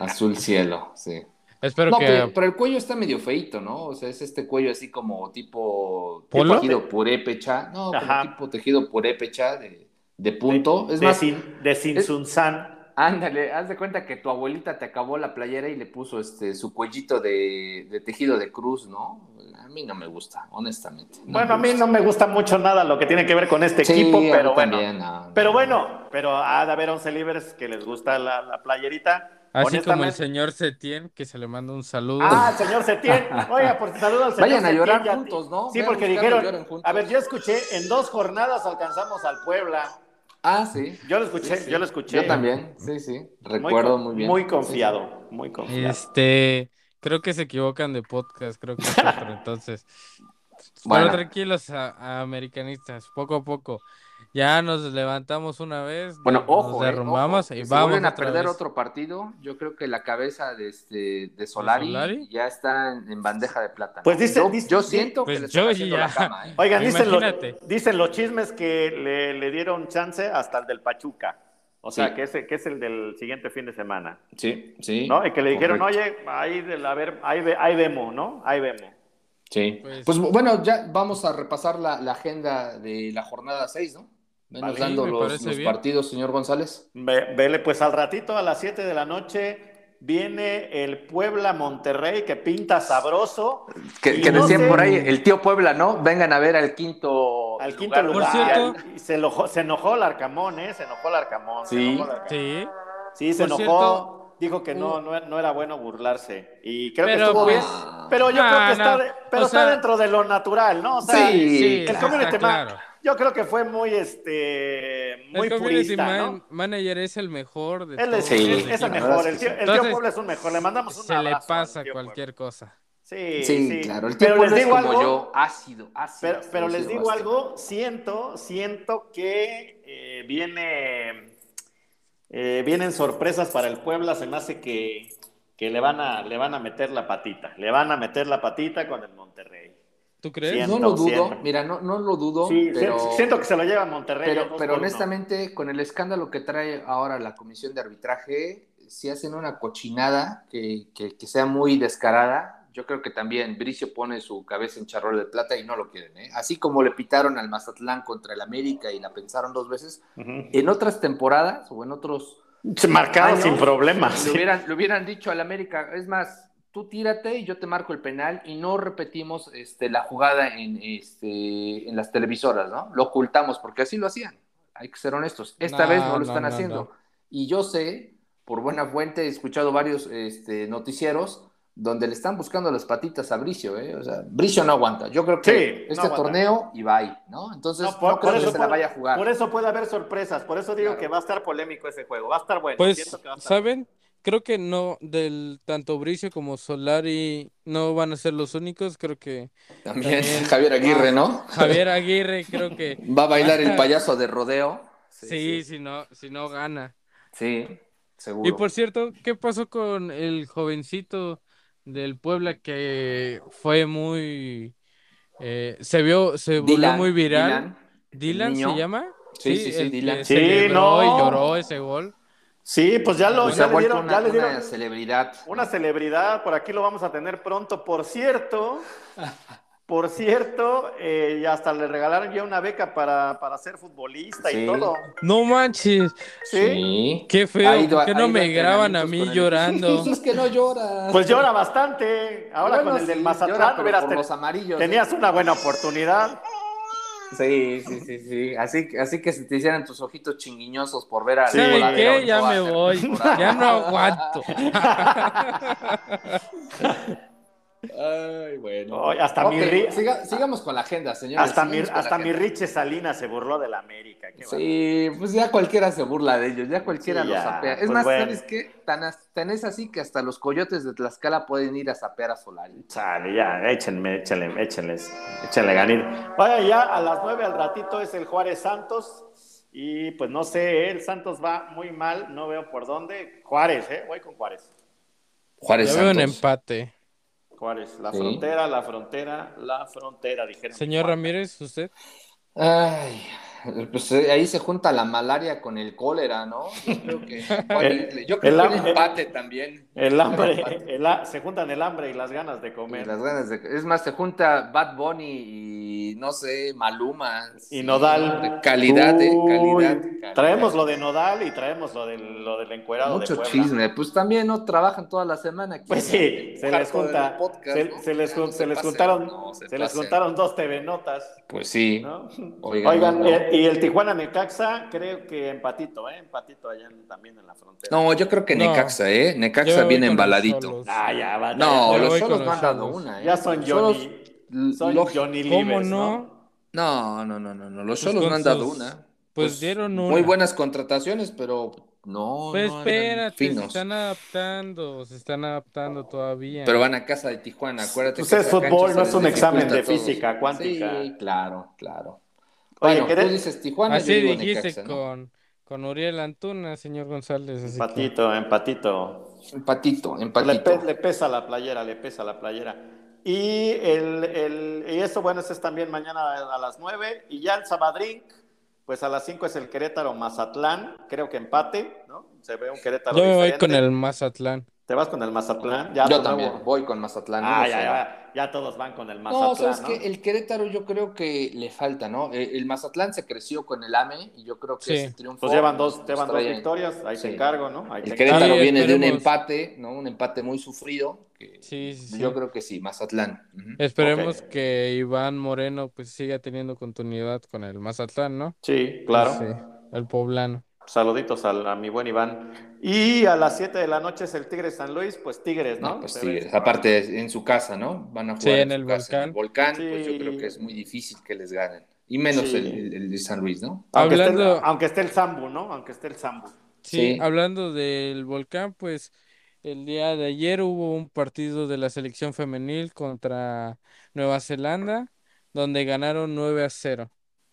[SPEAKER 2] Azul cielo, sí.
[SPEAKER 4] Espero
[SPEAKER 2] no, pues,
[SPEAKER 4] que
[SPEAKER 2] pero, pero el cuello está medio feito, ¿no? O sea, es este cuello así como tipo tipo
[SPEAKER 4] ¿Polo?
[SPEAKER 2] tejido purépecha. No, como
[SPEAKER 1] Ajá.
[SPEAKER 2] tipo tejido purépecha de, de punto. es
[SPEAKER 1] de,
[SPEAKER 2] más,
[SPEAKER 1] Sin- de Sinsunzán.
[SPEAKER 2] ándale, haz de cuenta que tu abuelita te acabó la playera y le puso este su cuellito de, de tejido de cruz, ¿no? A mí no me gusta, honestamente. No
[SPEAKER 1] Bueno, a
[SPEAKER 2] me
[SPEAKER 1] mí
[SPEAKER 2] gusta.
[SPEAKER 1] no me gusta mucho nada lo que tiene que ver con este
[SPEAKER 2] Sí,
[SPEAKER 1] equipo,
[SPEAKER 2] a mí
[SPEAKER 1] pero bueno.
[SPEAKER 2] también, no, no.
[SPEAKER 1] Pero bueno, pero ha de haber 11 libres que les gusta la, la playerita.
[SPEAKER 4] así como el
[SPEAKER 1] Honestamente-
[SPEAKER 4] señor Setién, que se le manda un saludo.
[SPEAKER 1] Ah, el señor Setién. Oiga, por saludo al señor
[SPEAKER 2] Vayan a
[SPEAKER 1] Setién,
[SPEAKER 2] llorar
[SPEAKER 1] ya-
[SPEAKER 2] juntos, ¿no?
[SPEAKER 1] Sí,
[SPEAKER 2] Vayan
[SPEAKER 1] porque
[SPEAKER 2] a buscarlo y lloren
[SPEAKER 1] dijeron,
[SPEAKER 2] juntos.
[SPEAKER 1] a ver, yo escuché, en dos jornadas alcanzamos al Puebla.
[SPEAKER 2] Ah, sí.
[SPEAKER 1] Yo lo escuché,
[SPEAKER 2] Sí, sí.
[SPEAKER 1] yo lo escuché.
[SPEAKER 2] Yo también, sí, sí.
[SPEAKER 1] Muy
[SPEAKER 2] Recuerdo
[SPEAKER 1] con-
[SPEAKER 2] muy bien.
[SPEAKER 1] Muy confiado, muy confiado.
[SPEAKER 4] Este, creo que se equivocan de podcast, creo que es otro, entonces.
[SPEAKER 2] Bueno.
[SPEAKER 4] Pero tranquilos, a- a americanistas, poco a poco. Ya nos levantamos una vez,
[SPEAKER 2] Bueno,
[SPEAKER 4] nos
[SPEAKER 2] ojo, eh,
[SPEAKER 4] derrumbamos
[SPEAKER 2] ojo,
[SPEAKER 4] y
[SPEAKER 2] que si
[SPEAKER 4] vamos
[SPEAKER 2] vuelven a
[SPEAKER 4] otra
[SPEAKER 2] perder
[SPEAKER 4] vez.
[SPEAKER 2] otro partido, yo creo que la cabeza de, este, de Solari,
[SPEAKER 4] Solari?
[SPEAKER 2] ya está en, en bandeja de plata.
[SPEAKER 1] Pues dice-
[SPEAKER 2] yo,
[SPEAKER 1] dice-
[SPEAKER 2] yo siento
[SPEAKER 4] Pues
[SPEAKER 2] que le
[SPEAKER 4] yo
[SPEAKER 2] está haciendo
[SPEAKER 4] ya.
[SPEAKER 2] la cama. ¿eh?
[SPEAKER 1] Oigan, dicen los,
[SPEAKER 4] Imagínate.
[SPEAKER 1] dicen los chismes que le, le dieron chance hasta el del Pachuca. O sea,
[SPEAKER 2] Sí.
[SPEAKER 1] que, ese, que es el del siguiente fin de semana.
[SPEAKER 2] Sí, sí.
[SPEAKER 1] ¿No? Y que le dijeron, oye, ahí, de la, a ver, ahí, ve- ahí vemos, ¿no? Ahí vemos.
[SPEAKER 2] Sí.
[SPEAKER 4] Pues-
[SPEAKER 2] Pues, bueno, ya vamos a repasar la, la agenda de la jornada 6, ¿no? Menos
[SPEAKER 1] Vale,
[SPEAKER 2] dando
[SPEAKER 4] me
[SPEAKER 2] los,
[SPEAKER 4] parece
[SPEAKER 2] los
[SPEAKER 4] bien.
[SPEAKER 2] partidos, señor González.
[SPEAKER 1] Ve- vele, pues al ratito a las 7 de la noche, viene el Puebla Monterrey que pinta sabroso.
[SPEAKER 2] Que,
[SPEAKER 1] Y
[SPEAKER 2] que
[SPEAKER 1] no
[SPEAKER 2] decían
[SPEAKER 1] sé-
[SPEAKER 2] por ahí, el tío Puebla, ¿no? Vengan a ver al quinto.
[SPEAKER 1] Al quinto lugar.
[SPEAKER 4] Por cierto-
[SPEAKER 1] Y se, enojó, se enojó el Arcamón, ¿eh? Se enojó el Arcamón. se
[SPEAKER 2] Sí.
[SPEAKER 1] enojó el Arcamón.
[SPEAKER 4] Sí,
[SPEAKER 1] Sí, se
[SPEAKER 4] Por
[SPEAKER 1] enojó. Dijo que no, no, no era bueno burlarse. Y creo que
[SPEAKER 4] Pero,
[SPEAKER 1] estuvo
[SPEAKER 4] pues,
[SPEAKER 1] bien. Pero yo
[SPEAKER 4] Ah,
[SPEAKER 1] creo que está,
[SPEAKER 4] no.
[SPEAKER 1] de- pero
[SPEAKER 4] O
[SPEAKER 1] está
[SPEAKER 4] sea-
[SPEAKER 1] dentro de lo natural, ¿no? O sea,
[SPEAKER 2] Sí,
[SPEAKER 4] pues, sí,
[SPEAKER 1] el
[SPEAKER 4] está
[SPEAKER 1] community man-
[SPEAKER 4] claro.
[SPEAKER 1] yo creo que fue muy, este, muy
[SPEAKER 4] el community
[SPEAKER 1] purista,
[SPEAKER 4] man-
[SPEAKER 1] ¿no?
[SPEAKER 4] manager es el mejor de
[SPEAKER 1] Él es,
[SPEAKER 4] todos
[SPEAKER 2] Sí.
[SPEAKER 4] los
[SPEAKER 1] es- es el
[SPEAKER 4] equipos.
[SPEAKER 2] la
[SPEAKER 1] mejor.
[SPEAKER 2] verdad
[SPEAKER 1] El
[SPEAKER 2] es que
[SPEAKER 1] tío,
[SPEAKER 2] sí.
[SPEAKER 1] el tío
[SPEAKER 4] Entonces,
[SPEAKER 1] Puebla es un mejor. Le mandamos un
[SPEAKER 4] Se le
[SPEAKER 1] abrazo al
[SPEAKER 4] pasa
[SPEAKER 1] tío
[SPEAKER 4] cualquier cosa.
[SPEAKER 1] Puebla. Sí,
[SPEAKER 2] Sí,
[SPEAKER 1] sí.
[SPEAKER 2] claro. El tío
[SPEAKER 1] Pero les
[SPEAKER 2] Puebla es
[SPEAKER 1] digo
[SPEAKER 2] como
[SPEAKER 1] algo.
[SPEAKER 2] yo, este, ácido, ácido.
[SPEAKER 1] Pero, pero les
[SPEAKER 2] ácido,
[SPEAKER 1] digo
[SPEAKER 2] ácido.
[SPEAKER 1] algo, siento, siento que eh, viene, eh, vienen sorpresas para el Puebla, se me hace que, que le, van a, le van a meter la patita, le van a meter la patita con el Monterrey.
[SPEAKER 4] ¿Tú crees?
[SPEAKER 1] Siento,
[SPEAKER 2] no lo dudo,
[SPEAKER 1] siento.
[SPEAKER 2] mira, no, no lo dudo,
[SPEAKER 1] Sí,
[SPEAKER 2] pero,
[SPEAKER 1] si- siento que se lo lleva Monterrey.
[SPEAKER 2] pero,
[SPEAKER 1] los dos
[SPEAKER 2] pero
[SPEAKER 1] por uno.
[SPEAKER 2] honestamente, con el escándalo que trae ahora la comisión de arbitraje, si hacen una cochinada que, que- que sea muy descarada, yo creo que también Bricio pone su cabeza en charrol de plata y no lo quieren, ¿eh? Así como le pitaron al Mazatlán contra el América y la pensaron dos veces,
[SPEAKER 1] Ujú.
[SPEAKER 2] en otras temporadas o en otros
[SPEAKER 1] Se Marcado
[SPEAKER 2] Años.
[SPEAKER 1] sin problemas.
[SPEAKER 2] Le hubieran, le hubieran dicho al América, es más, tú tírate y yo te marco el penal y no repetimos este, la jugada en, este, en las televisoras, ¿no? Lo ocultamos porque así lo hacían. Hay que ser honestos. Esta
[SPEAKER 4] No,
[SPEAKER 2] vez no lo
[SPEAKER 4] no,
[SPEAKER 2] están
[SPEAKER 4] no,
[SPEAKER 2] haciendo.
[SPEAKER 4] no.
[SPEAKER 2] Y yo sé, por buena fuente, he escuchado varios este, noticieros donde le están buscando las patitas a Bricio, ¿eh? O sea, Bricio no aguanta. Yo creo
[SPEAKER 1] Sí,
[SPEAKER 2] que
[SPEAKER 1] no
[SPEAKER 2] este
[SPEAKER 1] aguanta.
[SPEAKER 2] torneo y bye, ¿no? Entonces,
[SPEAKER 1] No,
[SPEAKER 2] no,
[SPEAKER 1] por- por
[SPEAKER 2] creo que
[SPEAKER 1] eso
[SPEAKER 2] se la
[SPEAKER 1] puede-
[SPEAKER 2] vaya a jugar.
[SPEAKER 1] Por eso puede haber sorpresas, por eso digo
[SPEAKER 2] Claro.
[SPEAKER 1] que va a estar polémico ese juego, va a estar bueno.
[SPEAKER 4] Pues,
[SPEAKER 1] siento que va a estar
[SPEAKER 4] ¿saben? Creo que no, del tanto Bricio como Solari no van a ser los únicos. Creo que
[SPEAKER 2] También
[SPEAKER 4] También.
[SPEAKER 2] Javier Aguirre, ¿no?
[SPEAKER 4] Javier Aguirre, creo que
[SPEAKER 2] Va a bailar el payaso de rodeo.
[SPEAKER 4] sí, si no, si no gana.
[SPEAKER 2] Sí, seguro.
[SPEAKER 4] Y pues, por cierto, ¿qué pasó con el jovencito del Puebla que fue muy eh, se vio, se volvió
[SPEAKER 2] Dylan,
[SPEAKER 4] muy viral? Dylan,
[SPEAKER 2] Dylan. el niño.
[SPEAKER 4] se llama.
[SPEAKER 2] Sí, sí, sí,
[SPEAKER 4] el que
[SPEAKER 2] Dylan.
[SPEAKER 1] Sí,
[SPEAKER 4] celebró y
[SPEAKER 1] no.
[SPEAKER 4] lloró ese gol.
[SPEAKER 1] bueno. Sí, pues ya, lo,
[SPEAKER 2] Pues
[SPEAKER 1] ya
[SPEAKER 2] ha
[SPEAKER 1] le
[SPEAKER 2] vuelto
[SPEAKER 1] dieron, ya
[SPEAKER 2] una,
[SPEAKER 1] le dieron-
[SPEAKER 2] una celebridad.
[SPEAKER 1] Una celebridad, por aquí lo vamos a tener pronto. Por cierto, por cierto, eh, y hasta le regalaron ya una beca para, para ser futbolista y
[SPEAKER 2] Sí.
[SPEAKER 1] todo.
[SPEAKER 4] No manches,
[SPEAKER 1] ¿Sí?
[SPEAKER 4] qué feo,
[SPEAKER 2] Ha ido a-
[SPEAKER 4] ¿por qué no
[SPEAKER 2] ha ido a
[SPEAKER 4] me graban a
[SPEAKER 2] entrenamientos
[SPEAKER 4] mí
[SPEAKER 2] con el-
[SPEAKER 4] llorando?
[SPEAKER 2] Es que no lloras.
[SPEAKER 1] Pues llora bastante. eh, Ahora
[SPEAKER 2] Bueno,
[SPEAKER 1] con el del
[SPEAKER 2] sí,
[SPEAKER 1] Mazatlán
[SPEAKER 2] llora, pero
[SPEAKER 1] hubieras
[SPEAKER 2] por
[SPEAKER 1] ten-
[SPEAKER 2] los ¿eh? amarillos.
[SPEAKER 1] tenías una buena oportunidad.
[SPEAKER 2] Sí, sí, sí, sí. Así, que- así que se te hicieran tus ojitos chinguiñosos por ver a
[SPEAKER 1] Sí.
[SPEAKER 4] ¿Saben
[SPEAKER 1] Voladero,
[SPEAKER 4] qué? Ya me voy, ya no aguanto.
[SPEAKER 2] Ay, bueno.
[SPEAKER 1] Ay, hasta
[SPEAKER 2] Ok,
[SPEAKER 1] mi, Ri-
[SPEAKER 2] siga- sigamos con la agenda, señores.
[SPEAKER 1] hasta mi,
[SPEAKER 2] sigamos con la
[SPEAKER 1] hasta mi
[SPEAKER 2] agenda.
[SPEAKER 1] Richie Salinas se burló de la América. qué bárbaro.
[SPEAKER 2] Sí, pues ya cualquiera se burla de ellos, ya cualquiera
[SPEAKER 1] Sí,
[SPEAKER 2] los
[SPEAKER 1] ya,
[SPEAKER 2] zapea. Es
[SPEAKER 1] pues
[SPEAKER 2] más,
[SPEAKER 1] bueno.
[SPEAKER 2] ¿sabes qué? Tan, as- tan es así que hasta los coyotes de Tlaxcala pueden ir a sapear a Solari.
[SPEAKER 1] Chale, ya, échenme, échenle, échenles, échenle ganito. Vaya, ya a las nueve al ratito es el Juárez Santos. Y pues no sé, el Santos va muy mal, no veo por dónde. Juárez, ¿eh? Voy con Juárez.
[SPEAKER 2] Juárez
[SPEAKER 4] Yo veo un empate.
[SPEAKER 1] Juárez, la
[SPEAKER 2] Sí.
[SPEAKER 1] frontera, la frontera, la frontera, dijeron.
[SPEAKER 4] Señor Ramírez, usted.
[SPEAKER 2] Ay, pues eh, ahí se junta la malaria con el cólera, ¿no? Yo creo que, yo creo
[SPEAKER 1] El
[SPEAKER 2] que un
[SPEAKER 1] hambre.
[SPEAKER 2] empate también.
[SPEAKER 1] El hambre, el ha- se juntan el hambre y las ganas de
[SPEAKER 2] Y
[SPEAKER 1] comer.
[SPEAKER 2] las ganas de- es más, se junta Bad Bunny y no sé, Maluma.
[SPEAKER 1] Y
[SPEAKER 2] Sí,
[SPEAKER 1] Nodal.
[SPEAKER 2] hombre, calidad, eh,
[SPEAKER 1] Uy,
[SPEAKER 2] calidad, calidad.
[SPEAKER 1] Traemos lo de Nodal y traemos lo del, lo del encuerado de
[SPEAKER 2] Mucho
[SPEAKER 1] Puebla.
[SPEAKER 2] chisme, pues también no trabajan toda la semana.
[SPEAKER 1] Pues
[SPEAKER 2] quizá.
[SPEAKER 1] sí, se
[SPEAKER 2] Harto
[SPEAKER 1] les junta-
[SPEAKER 2] del podcast,
[SPEAKER 1] se-
[SPEAKER 2] ¿no?
[SPEAKER 1] se les jun-
[SPEAKER 2] No
[SPEAKER 1] se les
[SPEAKER 2] pasen,
[SPEAKER 1] juntaron-
[SPEAKER 2] no,
[SPEAKER 1] Se les
[SPEAKER 2] pasen.
[SPEAKER 1] juntaron dos TV notas.
[SPEAKER 2] Pues sí.
[SPEAKER 1] ¿no?
[SPEAKER 2] Oigan,
[SPEAKER 1] Oigan,
[SPEAKER 2] no.
[SPEAKER 1] eh, y el Tijuana Necaxa, creo que empatito, ¿eh? Empatito allá en- también en la frontera.
[SPEAKER 2] No, yo creo que
[SPEAKER 4] No.
[SPEAKER 2] Necaxa, ¿eh?
[SPEAKER 4] Yo
[SPEAKER 2] Necaxa
[SPEAKER 4] voy
[SPEAKER 2] viene
[SPEAKER 4] con los
[SPEAKER 2] embaladito.
[SPEAKER 4] Cholos.
[SPEAKER 1] Ah, ya va.
[SPEAKER 2] No,
[SPEAKER 1] ya,
[SPEAKER 4] Yo
[SPEAKER 2] los
[SPEAKER 4] voy con
[SPEAKER 2] cholos
[SPEAKER 4] los
[SPEAKER 2] no han dado
[SPEAKER 4] Cholos.
[SPEAKER 2] una, ¿eh?
[SPEAKER 1] ya son
[SPEAKER 2] Los Cholos,
[SPEAKER 1] Johnny.
[SPEAKER 2] l-
[SPEAKER 1] Son
[SPEAKER 2] log-
[SPEAKER 1] Johnny
[SPEAKER 4] ¿Cómo
[SPEAKER 1] Livers,
[SPEAKER 4] no?
[SPEAKER 1] ¿no?
[SPEAKER 2] No, no, no, no, no. Los
[SPEAKER 4] Pues
[SPEAKER 2] cholos
[SPEAKER 4] con
[SPEAKER 2] no han dado
[SPEAKER 4] sus-
[SPEAKER 2] una.
[SPEAKER 4] pues dieron
[SPEAKER 2] Muy
[SPEAKER 4] una.
[SPEAKER 2] buenas contrataciones, pero no.
[SPEAKER 4] Pues
[SPEAKER 2] no eran
[SPEAKER 4] espérate, se
[SPEAKER 2] finos.
[SPEAKER 4] están adaptando, se están adaptando todavía.
[SPEAKER 2] Pero van a casa de Tijuana, acuérdate.
[SPEAKER 1] Pues
[SPEAKER 2] que
[SPEAKER 1] es
[SPEAKER 2] esa
[SPEAKER 1] fútbol,
[SPEAKER 2] cancha se
[SPEAKER 1] no es
[SPEAKER 2] les
[SPEAKER 1] un
[SPEAKER 2] dificulta
[SPEAKER 1] examen de
[SPEAKER 2] a todos.
[SPEAKER 1] física cuántica.
[SPEAKER 2] Sí, claro, claro.
[SPEAKER 1] Oye,
[SPEAKER 2] bueno,
[SPEAKER 1] ¿querés-
[SPEAKER 2] tú dices Tijuana,
[SPEAKER 4] así
[SPEAKER 2] yo digo
[SPEAKER 4] dijiste
[SPEAKER 2] Necaxa, ¿no?
[SPEAKER 4] con, con Uriel Antuna, señor González. así que-
[SPEAKER 1] Empatito, empatito.
[SPEAKER 2] Empatito,
[SPEAKER 1] Le,
[SPEAKER 2] empatito.
[SPEAKER 1] pe- le pesa la playera, le pesa la playera. Y, el, el- y eso, bueno, ese es también mañana a las 9. Y ya el Sabadrín, pues a las 5 es el Querétaro Mazatlán, creo que empate, ¿no? Se ve un Querétaro.
[SPEAKER 4] Yo me voy
[SPEAKER 1] diferente.
[SPEAKER 4] con el Mazatlán.
[SPEAKER 1] ¿Te vas con el Mazatlán? Ya
[SPEAKER 2] Yo
[SPEAKER 1] tu
[SPEAKER 2] también
[SPEAKER 1] nuevo-
[SPEAKER 2] voy con Mazatlán.
[SPEAKER 1] Ah,
[SPEAKER 2] no
[SPEAKER 1] ya,
[SPEAKER 2] sé.
[SPEAKER 1] ya, ya todos van con el Mazatlán.
[SPEAKER 2] No, sabes
[SPEAKER 1] ¿no?
[SPEAKER 2] que el Querétaro yo creo que le falta, ¿no? Eh, El, Mazatlán se creció con el AME y yo creo que
[SPEAKER 4] Sí.
[SPEAKER 2] ese triunfo.
[SPEAKER 1] Pues llevan dos,
[SPEAKER 2] nos
[SPEAKER 1] llevan dos
[SPEAKER 2] trae-
[SPEAKER 1] victorias, ahí
[SPEAKER 2] Sí.
[SPEAKER 1] te encargo, ¿no? Ahí te
[SPEAKER 2] El
[SPEAKER 1] encargo.
[SPEAKER 2] Querétaro
[SPEAKER 4] Sí,
[SPEAKER 2] viene de un
[SPEAKER 4] esperemos.
[SPEAKER 2] empate, ¿no? Un empate muy sufrido. que
[SPEAKER 4] Sí, sí, sí.
[SPEAKER 2] Yo creo que sí, Mazatlán. Ujú.
[SPEAKER 4] Esperemos
[SPEAKER 1] Ok.
[SPEAKER 4] que Iván Moreno pues siga teniendo continuidad con el Mazatlán, ¿no?
[SPEAKER 1] Sí, claro.
[SPEAKER 4] Sí, el poblano.
[SPEAKER 1] Saluditos al- a, mi buen Iván. Y a las 7 de la noche es el Tigres San Luis, pues Tigres, ¿no?
[SPEAKER 2] No, pues
[SPEAKER 1] Se
[SPEAKER 2] Tigres.
[SPEAKER 1] ve-
[SPEAKER 2] Aparte, en su casa, ¿no? Van a jugar
[SPEAKER 4] Sí, en el
[SPEAKER 2] su casa, en el volcán.
[SPEAKER 1] Sí.
[SPEAKER 2] Pues yo creo que es muy difícil que les ganen. Y menos
[SPEAKER 1] Sí.
[SPEAKER 2] el, el- el de San Luis, ¿no?
[SPEAKER 1] Aunque, esté,
[SPEAKER 4] Hablando-
[SPEAKER 1] el- aunque esté el Zambu, ¿no? Aunque esté el Zambu.
[SPEAKER 4] Sí,
[SPEAKER 2] Sí.
[SPEAKER 4] hablando del volcán, pues el día de ayer hubo un partido de la selección femenil contra Nueva Zelanda, donde ganaron 9 a 0.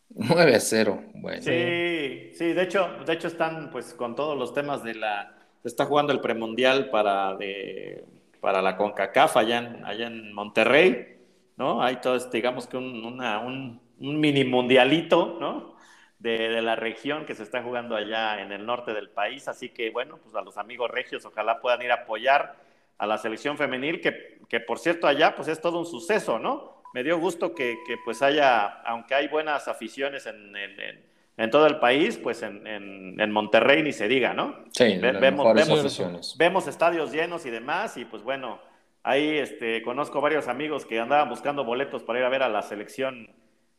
[SPEAKER 2] 9 a 0. Bueno.
[SPEAKER 1] Sí, sí, de hecho, de hecho están pues con todos los temas de la se está jugando el premundial para de para la CONCACAF allá en, allá en Monterrey, ¿no? Hay todo este, digamos que un, una- un- un mini mundialito, ¿no? De, de la región que se está jugando allá en el norte del país, así que bueno, pues a los amigos regios ojalá puedan ir a apoyar a la selección femenil, que, que por cierto allá pues es todo un suceso, ¿no? Me dio gusto que, que, pues haya, aunque hay buenas aficiones en, en- en- en todo el país, pues en, en- en Monterrey ni se diga, ¿no?
[SPEAKER 2] Sí,
[SPEAKER 1] Ve-
[SPEAKER 2] las
[SPEAKER 1] vemos-
[SPEAKER 2] mejores
[SPEAKER 1] vemos-
[SPEAKER 2] aficiones.
[SPEAKER 1] Vemos estadios llenos y demás, y pues bueno, ahí este, conozco varios amigos que andaban buscando boletos para ir a ver a la selección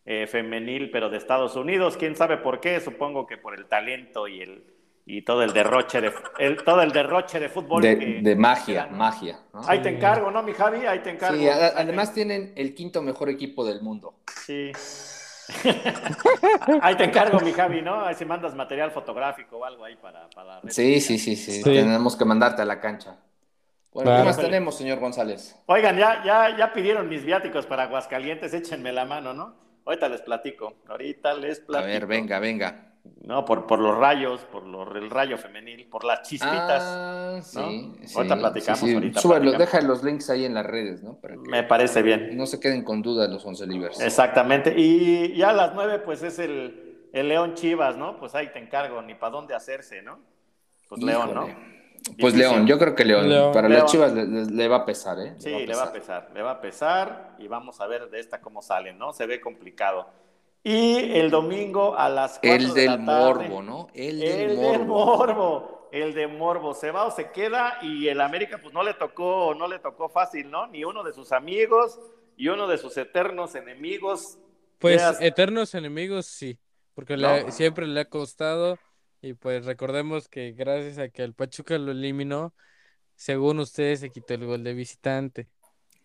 [SPEAKER 1] eh, femenil, pero de Estados Unidos, quién sabe por qué, supongo que por el talento y el y todo el derroche de el- todo el derroche de fútbol
[SPEAKER 2] De,
[SPEAKER 1] que-
[SPEAKER 2] de magia,
[SPEAKER 1] que-
[SPEAKER 2] magia. ¿no?
[SPEAKER 1] Ahí te encargo, ¿no, mi Javi? Ahí te encargo.
[SPEAKER 2] Sí, a- además tienen el quinto mejor equipo del mundo.
[SPEAKER 1] Sí. ahí te encargo, mi Javi, ¿no? Ahí si mandas material fotográfico o algo ahí para... para la red.
[SPEAKER 2] Sí, sí, sí, sí.
[SPEAKER 4] Sí.
[SPEAKER 2] Tenemos que mandarte a la cancha. Bueno,
[SPEAKER 4] Claro.
[SPEAKER 2] ¿qué más tenemos, señor González?
[SPEAKER 1] Oigan, ya, ya, ya pidieron mis viáticos para Aguascalientes, échenme la mano, ¿no? Ahorita les platico, ahorita les
[SPEAKER 2] A
[SPEAKER 1] platico.
[SPEAKER 2] ver, venga, venga.
[SPEAKER 1] No, por, por los rayos, por los, el rayo femenil, por las chispitas.
[SPEAKER 2] Ah, sí,
[SPEAKER 1] ¿no?
[SPEAKER 2] sí,
[SPEAKER 1] Ahorita platicamos,
[SPEAKER 2] sí, sí.
[SPEAKER 1] ahorita
[SPEAKER 2] Súbelo,
[SPEAKER 1] platicamos.
[SPEAKER 2] deja los links ahí en las redes, ¿no? Para que
[SPEAKER 1] Me parece bien.
[SPEAKER 2] no se queden con dudas los once libres.
[SPEAKER 1] Exactamente. Y ya a las nueve, pues es el, el León Chivas, ¿no? Pues ahí te encargo, ni para dónde hacerse, ¿no? Pues León,
[SPEAKER 2] Híjole.
[SPEAKER 1] ¿no?
[SPEAKER 2] Pues
[SPEAKER 1] Difícil.
[SPEAKER 2] León, yo creo que León.
[SPEAKER 4] León.
[SPEAKER 2] Para
[SPEAKER 1] León.
[SPEAKER 2] las Chivas le, le- le va a pesar, ¿eh?
[SPEAKER 1] Sí, le va a pesar, le va a pesar y vamos a ver de esta cómo sale, ¿no? Se ve complicado. Y el domingo a las cuatro
[SPEAKER 2] El
[SPEAKER 1] de
[SPEAKER 2] del
[SPEAKER 1] la tarde,
[SPEAKER 2] morbo, ¿no?
[SPEAKER 1] El,
[SPEAKER 2] El del
[SPEAKER 1] del
[SPEAKER 2] morbo.
[SPEAKER 1] morbo, el de morbo, se va o se queda y el América pues no le tocó, no le tocó fácil, ¿no? Ni uno de sus amigos y uno de sus eternos enemigos.
[SPEAKER 4] Pues
[SPEAKER 1] Yes.
[SPEAKER 4] eternos enemigos sí, porque le-
[SPEAKER 1] No.
[SPEAKER 4] siempre le ha costado y pues recordemos que gracias a que el Pachuca lo eliminó, según ustedes se quitó el gol de visitante.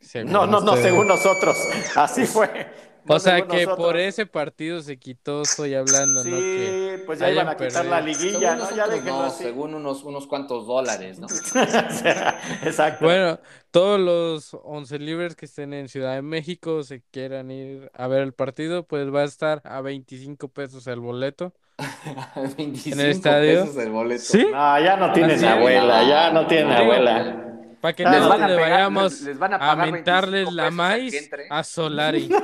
[SPEAKER 4] Según
[SPEAKER 1] No, no, no,
[SPEAKER 4] ustedes.
[SPEAKER 1] según nosotros. Así fue. No
[SPEAKER 4] este O sea
[SPEAKER 1] según
[SPEAKER 4] que
[SPEAKER 1] nosotros.
[SPEAKER 4] por ese partido se quitó, estoy hablando,
[SPEAKER 1] Sí,
[SPEAKER 4] ¿no? Que-
[SPEAKER 1] pues ya
[SPEAKER 4] hayan
[SPEAKER 1] iban a quitar
[SPEAKER 4] perdido.
[SPEAKER 1] la liguilla,
[SPEAKER 2] Según
[SPEAKER 1] ¿no? Ya
[SPEAKER 2] nosotros,
[SPEAKER 1] déjenlo
[SPEAKER 2] no,
[SPEAKER 1] así.
[SPEAKER 2] según unos, unos cuantos dólares, ¿no?
[SPEAKER 1] Exacto.
[SPEAKER 4] Bueno, todos los once libres que estén en Ciudad de México, se quieran ir a ver el partido, pues va a estar a 25 pesos el boleto.
[SPEAKER 2] 25
[SPEAKER 4] estadio?
[SPEAKER 2] pesos el boleto.
[SPEAKER 4] ¿Sí,
[SPEAKER 1] No, ya no tienen
[SPEAKER 2] Así es.
[SPEAKER 1] abuela, ya no tienen
[SPEAKER 4] Digo,
[SPEAKER 1] abuela.
[SPEAKER 4] para que
[SPEAKER 2] Ah,
[SPEAKER 1] Les
[SPEAKER 4] nosotros
[SPEAKER 1] van a
[SPEAKER 4] le
[SPEAKER 3] pegar-
[SPEAKER 4] vayamos
[SPEAKER 3] les- les van a
[SPEAKER 4] a
[SPEAKER 3] pagar
[SPEAKER 4] mentarles
[SPEAKER 3] 25
[SPEAKER 4] la
[SPEAKER 3] pesos al
[SPEAKER 4] maíz
[SPEAKER 3] que entre.
[SPEAKER 4] a Solari.
[SPEAKER 2] Le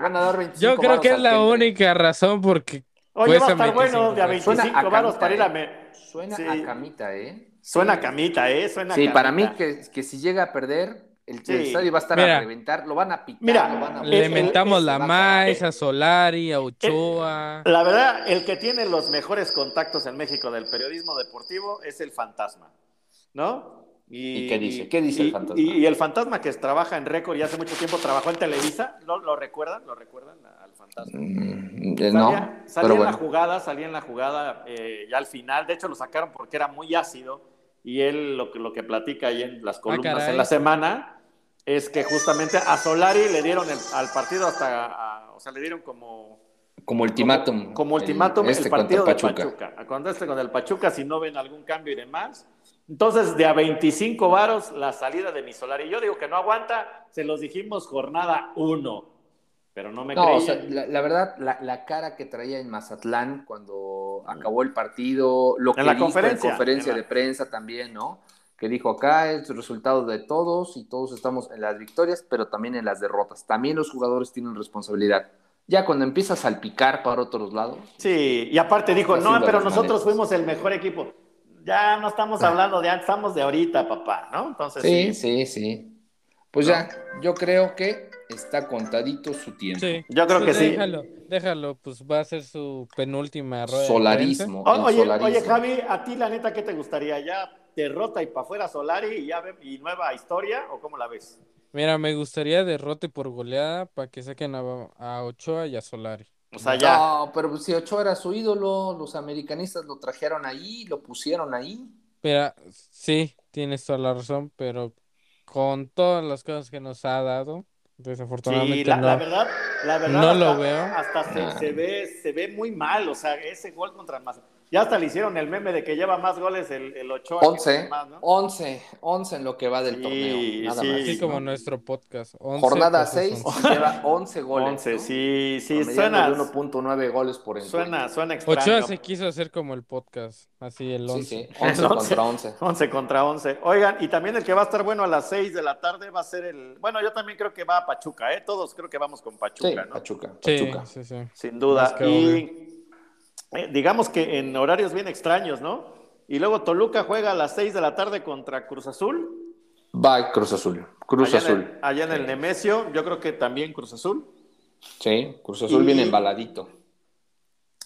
[SPEAKER 2] van a dar 25
[SPEAKER 4] Yo creo
[SPEAKER 2] varos
[SPEAKER 4] que es
[SPEAKER 2] al
[SPEAKER 4] la
[SPEAKER 2] entre.
[SPEAKER 4] única razón porque
[SPEAKER 1] Oye, va a
[SPEAKER 4] Cuesta
[SPEAKER 1] estar bueno de a
[SPEAKER 4] 25
[SPEAKER 2] Suena a
[SPEAKER 1] 25 varos
[SPEAKER 2] camita,
[SPEAKER 1] para ir a...
[SPEAKER 2] ¿eh?
[SPEAKER 1] me-
[SPEAKER 2] Suena
[SPEAKER 1] Sí.
[SPEAKER 2] a camita, ¿eh?
[SPEAKER 1] Suena
[SPEAKER 2] Sí.
[SPEAKER 1] a camita, ¿eh? Suena a
[SPEAKER 2] Sí, para mí
[SPEAKER 1] camita.
[SPEAKER 2] que, que si llega a perder, el,
[SPEAKER 1] Sí.
[SPEAKER 2] el estadio va a estar
[SPEAKER 4] Mira.
[SPEAKER 2] a reventar, lo van a pitar,
[SPEAKER 1] Mira,
[SPEAKER 2] lo van a...
[SPEAKER 4] le
[SPEAKER 1] el-
[SPEAKER 4] mentamos
[SPEAKER 2] se
[SPEAKER 4] la
[SPEAKER 2] va a
[SPEAKER 4] maíz
[SPEAKER 1] acabar.
[SPEAKER 4] a Solari, a Ochoa.
[SPEAKER 1] La verdad, el que tiene los mejores contactos en México del periodismo deportivo es el fantasma, ¿no?
[SPEAKER 2] ¿Y qué dice? ¿Qué dice
[SPEAKER 1] y-
[SPEAKER 2] el fantasma?
[SPEAKER 1] Y, y el fantasma que trabaja en récord y hace mucho tiempo trabajó en Televisa, ¿lo, lo recuerdan? ¿Lo recuerdan a- al fantasma?
[SPEAKER 2] Mm, eh,
[SPEAKER 1] salía,
[SPEAKER 2] no,
[SPEAKER 1] salía
[SPEAKER 2] pero
[SPEAKER 1] en
[SPEAKER 2] bueno.
[SPEAKER 1] la jugada, salía en la jugada eh, ya al final. De hecho, lo sacaron porque era muy ácido. Y él lo que, lo que platica ahí en las columnas
[SPEAKER 4] caray.
[SPEAKER 1] en la semana es que justamente a Solari le dieron el- al partido hasta, a- o sea, le dieron como
[SPEAKER 2] Como ultimátum.
[SPEAKER 1] como, como ultimátum el,
[SPEAKER 2] este
[SPEAKER 1] partido
[SPEAKER 2] contra Pachuca.
[SPEAKER 1] de Pachuca. Cuando este con el Pachuca, si no ven algún cambio y demás. Entonces, de a 25 varos la salida de mi Solari. Yo digo que no aguanta, se los dijimos jornada 1, pero no me
[SPEAKER 2] No,
[SPEAKER 1] creían.
[SPEAKER 2] o sea, la, la verdad, la, la cara que traía en Mazatlán cuando acabó el partido, lo que
[SPEAKER 1] Mm. la
[SPEAKER 2] dijo
[SPEAKER 1] conferencia,
[SPEAKER 2] en conferencia
[SPEAKER 1] en la-
[SPEAKER 2] de prensa también, ¿no? Que dijo acá es el resultado de todos y todos estamos en las victorias, pero también en las derrotas. También los jugadores tienen responsabilidad. Ya cuando empiezas a salpicar para otros lados,
[SPEAKER 1] Sí, y aparte dijo,
[SPEAKER 2] Haciendo
[SPEAKER 1] no, pero
[SPEAKER 2] las
[SPEAKER 1] nosotros
[SPEAKER 2] maletas.
[SPEAKER 1] fuimos el mejor equipo. Ya no estamos hablando de antes, estamos de ahorita, papá, ¿no? Entonces
[SPEAKER 2] Ah. Sí, sí, sí. Pues ya, yo creo que está contadito su tiempo.
[SPEAKER 4] Sí.
[SPEAKER 1] Yo creo que
[SPEAKER 4] Pues
[SPEAKER 1] sí.
[SPEAKER 4] Déjalo, déjalo, pues va a ser su penúltima rueda. de prensa.
[SPEAKER 2] Solarismo.
[SPEAKER 1] O-
[SPEAKER 2] el
[SPEAKER 1] oye,
[SPEAKER 2] solarismo.
[SPEAKER 1] oye, Javi, a ti la neta, ¿qué te gustaría? ¿Ya derrota y para afuera Solari y, ya ve- y nueva historia? ¿O cómo la ves?
[SPEAKER 4] Mira, me gustaría derrote por goleada para que saquen a, a Ochoa y a Solari.
[SPEAKER 1] O sea, ya.
[SPEAKER 2] No, pero si Ochoa era su ídolo, los americanistas lo trajeron ahí, lo pusieron ahí.
[SPEAKER 4] Mira, sí, tienes toda la razón, pero con todas las cosas que nos ha dado, desafortunadamente
[SPEAKER 1] Sí, la,
[SPEAKER 4] no.
[SPEAKER 1] la verdad, la verdad.
[SPEAKER 4] No
[SPEAKER 1] hasta,
[SPEAKER 4] lo veo.
[SPEAKER 1] Hasta se,
[SPEAKER 2] Nah.
[SPEAKER 1] se ve, se ve muy mal, o sea, ese gol contra el más. Ya hasta le hicieron el meme de que lleva más goles el, el Ochoa. que los
[SPEAKER 2] 11,
[SPEAKER 1] demás, ¿no?
[SPEAKER 2] 11, 11 en lo que va del
[SPEAKER 1] Sí,
[SPEAKER 2] torneo. Nada
[SPEAKER 1] sí.
[SPEAKER 2] más.
[SPEAKER 4] Así como nuestro podcast. 11
[SPEAKER 2] Jornada
[SPEAKER 4] versus
[SPEAKER 2] 6
[SPEAKER 4] 11.
[SPEAKER 2] lleva 11 goles.
[SPEAKER 1] 11,
[SPEAKER 2] ¿no?
[SPEAKER 1] sí, sí,
[SPEAKER 2] Promediando
[SPEAKER 1] suena,
[SPEAKER 2] de 1.9 goles por encuentro.
[SPEAKER 1] suena, suena
[SPEAKER 4] Ochoa
[SPEAKER 1] extraño.
[SPEAKER 4] se quiso hacer como el podcast, así el
[SPEAKER 2] Sí,
[SPEAKER 4] 11.
[SPEAKER 2] sí,
[SPEAKER 1] El
[SPEAKER 2] 11
[SPEAKER 1] once.
[SPEAKER 2] contra 11.
[SPEAKER 1] 11 contra 11. Oigan, y también el que va a estar bueno a las 6 de la tarde va a ser el. Bueno, yo también creo que va a Pachuca, ¿eh? Todos creo que vamos con
[SPEAKER 2] Sí,
[SPEAKER 1] Pachuca, ¿no?
[SPEAKER 2] Pachuca,
[SPEAKER 4] Sí,
[SPEAKER 2] Pachuca.
[SPEAKER 4] sí, sí.
[SPEAKER 1] Sin duda.
[SPEAKER 4] Más que
[SPEAKER 1] Y eh, digamos que en horarios bien extraños, ¿no? Y luego Toluca juega a las 6 de la tarde contra Cruz Azul.
[SPEAKER 2] Va Cruz Azul. Cruz
[SPEAKER 1] allá En
[SPEAKER 2] Azul.
[SPEAKER 1] el, allá en el Nemesio, yo creo que también Cruz Azul.
[SPEAKER 2] Sí, Cruz Azul
[SPEAKER 1] Y-
[SPEAKER 2] viene embaladito.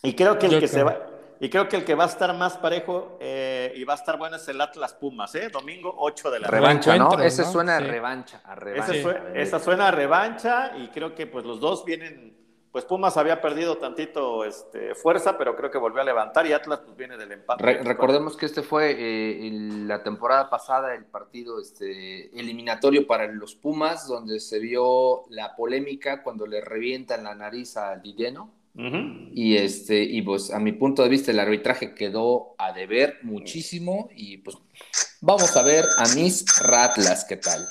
[SPEAKER 1] Y creo que el
[SPEAKER 4] Yo
[SPEAKER 1] que se
[SPEAKER 4] creo.
[SPEAKER 1] va. Y creo que el que va a estar más parejo eh, y va a estar bueno es el Atlas Pumas, ¿eh? Domingo 8 de la tarde.
[SPEAKER 2] Revancha, ¿no?
[SPEAKER 4] Reencuentro,
[SPEAKER 2] Ese
[SPEAKER 4] ¿no?
[SPEAKER 2] suena a
[SPEAKER 4] Sí.
[SPEAKER 2] revancha, a
[SPEAKER 1] Esa,
[SPEAKER 2] revancha.
[SPEAKER 4] Sí.
[SPEAKER 1] sue- esa suena a revancha y creo que pues los dos vienen, pues Pumas había perdido tantito este, fuerza, pero creo que volvió a levantar y Atlas pues viene del empate.
[SPEAKER 2] Re- recordemos que este fue eh, el- la temporada pasada el partido este, eliminatorio para los Pumas, donde se vio la polémica cuando le revientan la nariz a Dideno.
[SPEAKER 1] Ujú.
[SPEAKER 2] Y, este, y pues a mi punto de vista el arbitraje quedó a deber muchísimo y pues vamos a ver a mis Ratlas qué tal.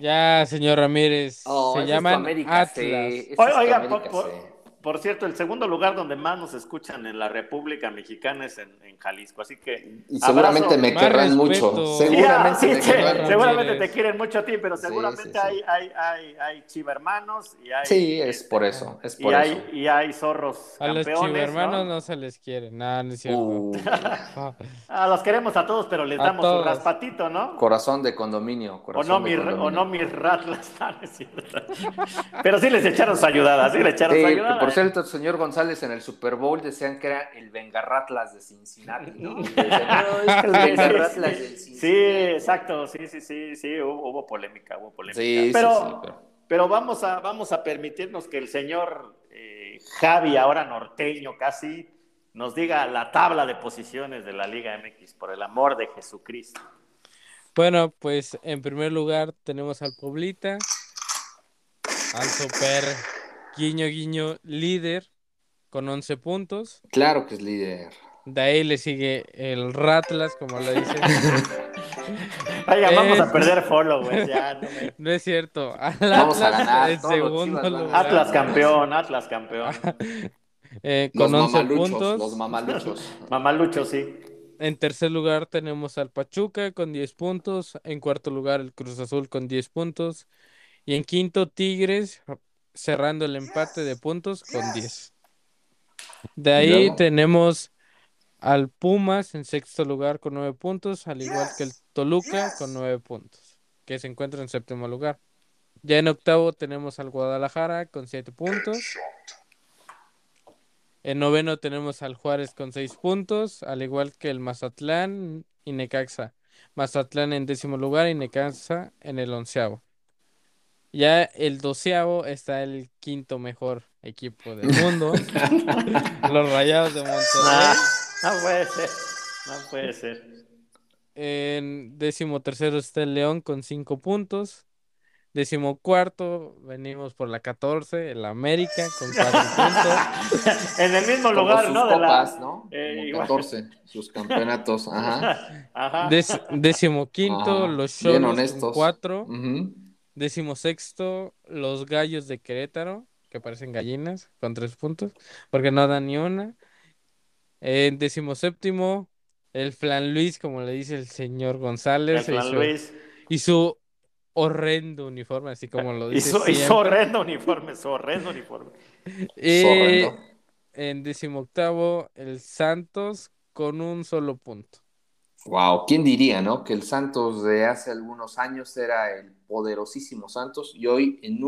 [SPEAKER 4] Ya, señor Ramírez,
[SPEAKER 2] Oh, ese es
[SPEAKER 4] se
[SPEAKER 2] tu
[SPEAKER 4] llaman
[SPEAKER 2] América,
[SPEAKER 4] Atlas.
[SPEAKER 2] sí, ese es
[SPEAKER 1] Oiga,
[SPEAKER 2] tu
[SPEAKER 1] oiga,
[SPEAKER 2] América,
[SPEAKER 1] por-
[SPEAKER 2] sí.
[SPEAKER 1] Por cierto, el segundo lugar donde más nos escuchan en la República Mexicana es en, en Jalisco, así que
[SPEAKER 2] Y seguramente
[SPEAKER 1] Abrazo.
[SPEAKER 2] me
[SPEAKER 4] Más
[SPEAKER 2] querrán
[SPEAKER 4] respeto.
[SPEAKER 2] mucho.
[SPEAKER 4] Sí,
[SPEAKER 1] Ya, sí,
[SPEAKER 2] Seguramente me
[SPEAKER 1] sí,
[SPEAKER 2] querrán mucho.
[SPEAKER 1] seguramente te
[SPEAKER 4] Ramírez.
[SPEAKER 1] quieren mucho a ti, pero
[SPEAKER 2] Sí,
[SPEAKER 1] seguramente
[SPEAKER 2] sí, sí.
[SPEAKER 1] Hay, hay, hay, hay chivermanos y hay,
[SPEAKER 2] Sí, es por eso, es
[SPEAKER 1] y
[SPEAKER 2] por eso.
[SPEAKER 1] hay, y hay zorros
[SPEAKER 4] A los
[SPEAKER 1] campeones.
[SPEAKER 4] chivermanos
[SPEAKER 1] ¿no?
[SPEAKER 4] no se les quiere, nada, no es cierto.
[SPEAKER 2] Uh,
[SPEAKER 4] Ah,
[SPEAKER 1] Ah, los queremos a todos, pero les
[SPEAKER 4] A
[SPEAKER 1] damos
[SPEAKER 4] todos.
[SPEAKER 1] un raspatito, ¿no?
[SPEAKER 2] corazón de condominio.
[SPEAKER 1] O
[SPEAKER 2] corazón
[SPEAKER 1] no,
[SPEAKER 2] de
[SPEAKER 1] mis,
[SPEAKER 2] condominio.
[SPEAKER 1] o no mis ratlas, no, no es cierto. Pero sí les echaron su ayudada, sí les echaron
[SPEAKER 2] Sí,
[SPEAKER 1] su
[SPEAKER 2] que
[SPEAKER 1] ayudada.
[SPEAKER 2] por
[SPEAKER 1] ¿eh?
[SPEAKER 2] cierto, el señor González en el Super Bowl decían que era el Vengarratlas de Cincinnati, ¿no? Y decían, "No, es que el Vengarratlas de
[SPEAKER 1] Sí,
[SPEAKER 2] Cincinnati".
[SPEAKER 1] exacto, sí, sí, sí, sí, hubo, hubo polémica, hubo polémica.
[SPEAKER 2] Sí, sí,
[SPEAKER 1] pero
[SPEAKER 2] sí, pero-
[SPEAKER 1] pero vamos, a, vamos a permitirnos que el señor eh, Javi, ahora norteño casi, nos diga la tabla de posiciones de la Liga MX, por el amor de Jesucristo.
[SPEAKER 4] Bueno, pues en primer lugar tenemos al Poblita, al Super Guiño Guiño líder con 11 puntos.
[SPEAKER 2] Claro que es líder.
[SPEAKER 4] De ahí le sigue el Ratlas, como lo dicen.
[SPEAKER 1] Oiga,
[SPEAKER 4] Eh.
[SPEAKER 1] vamos a perder followers ya. no me-
[SPEAKER 4] No es cierto. al
[SPEAKER 2] Vamos a
[SPEAKER 4] Atlas
[SPEAKER 2] ganar,
[SPEAKER 4] en
[SPEAKER 2] todos los
[SPEAKER 4] segundo
[SPEAKER 2] Chivas van a
[SPEAKER 4] lugar,
[SPEAKER 2] ganar.
[SPEAKER 1] Atlas campeón, Atlas campeón.
[SPEAKER 2] Ah.
[SPEAKER 4] eh,
[SPEAKER 2] Los
[SPEAKER 4] con 11
[SPEAKER 2] mamaluchos,
[SPEAKER 4] puntos.
[SPEAKER 2] los mamaluchos.
[SPEAKER 1] Mamalucho, sí.
[SPEAKER 4] En tercer lugar tenemos al Pachuca con 10 puntos. En cuarto lugar el Cruz Azul con 10 puntos. Y en quinto Tigres cerrando el empate de puntos con 10. De ahí
[SPEAKER 2] luego?
[SPEAKER 4] tenemos al Pumas en sexto lugar con 9 puntos, al igual que el Toluca con 9 puntos, que se encuentra en séptimo lugar. Ya en octavo tenemos al Guadalajara con 7 puntos. En noveno tenemos al Juárez con seis puntos, al igual que el Mazatlán y Necaxa. Mazatlán en décimo lugar y Necaxa en el onceavo. Ya el doceavo está el quinto mejor equipo del mundo, los Rayados de Monterrey.
[SPEAKER 1] Ah, no puede ser, no puede ser.
[SPEAKER 4] En décimo tercero está el León con cinco puntos. Décimo cuarto venimos por la 14, el América con cuatro puntos.
[SPEAKER 1] en el mismo
[SPEAKER 2] Como
[SPEAKER 1] lugar,
[SPEAKER 2] sus
[SPEAKER 1] ¿no? De la-
[SPEAKER 2] copas, ¿no?
[SPEAKER 1] Eh,
[SPEAKER 2] Como
[SPEAKER 1] igual.
[SPEAKER 2] 14, sus campeonatos, ajá.
[SPEAKER 1] Ajá.
[SPEAKER 4] Dec- décimo quinto,
[SPEAKER 2] Ajá,
[SPEAKER 4] los
[SPEAKER 2] Ah, bien
[SPEAKER 4] Cholos con
[SPEAKER 2] honestos. Mm.
[SPEAKER 4] cuatro.
[SPEAKER 2] Ujú.
[SPEAKER 4] Décimo sexto, los Gallos de Querétaro, que parecen gallinas, con tres puntos, porque no dan ni una. En décimo séptimo, el Flan Luis, como le dice el señor
[SPEAKER 1] El
[SPEAKER 4] González, y
[SPEAKER 1] Flan
[SPEAKER 4] su,
[SPEAKER 1] Luis.
[SPEAKER 4] y su horrendo uniforme, así como lo
[SPEAKER 1] Y
[SPEAKER 4] dice.
[SPEAKER 1] su, y su
[SPEAKER 4] siempre.
[SPEAKER 1] horrendo uniforme, su horrendo uniforme.
[SPEAKER 4] Y Eh,
[SPEAKER 2] Sorrento.
[SPEAKER 4] en décimo octavo, el Santos con un solo punto.
[SPEAKER 2] Wow, ¿quién diría, no? Que el Santos de hace algunos años era el poderosísimo Santos y hoy en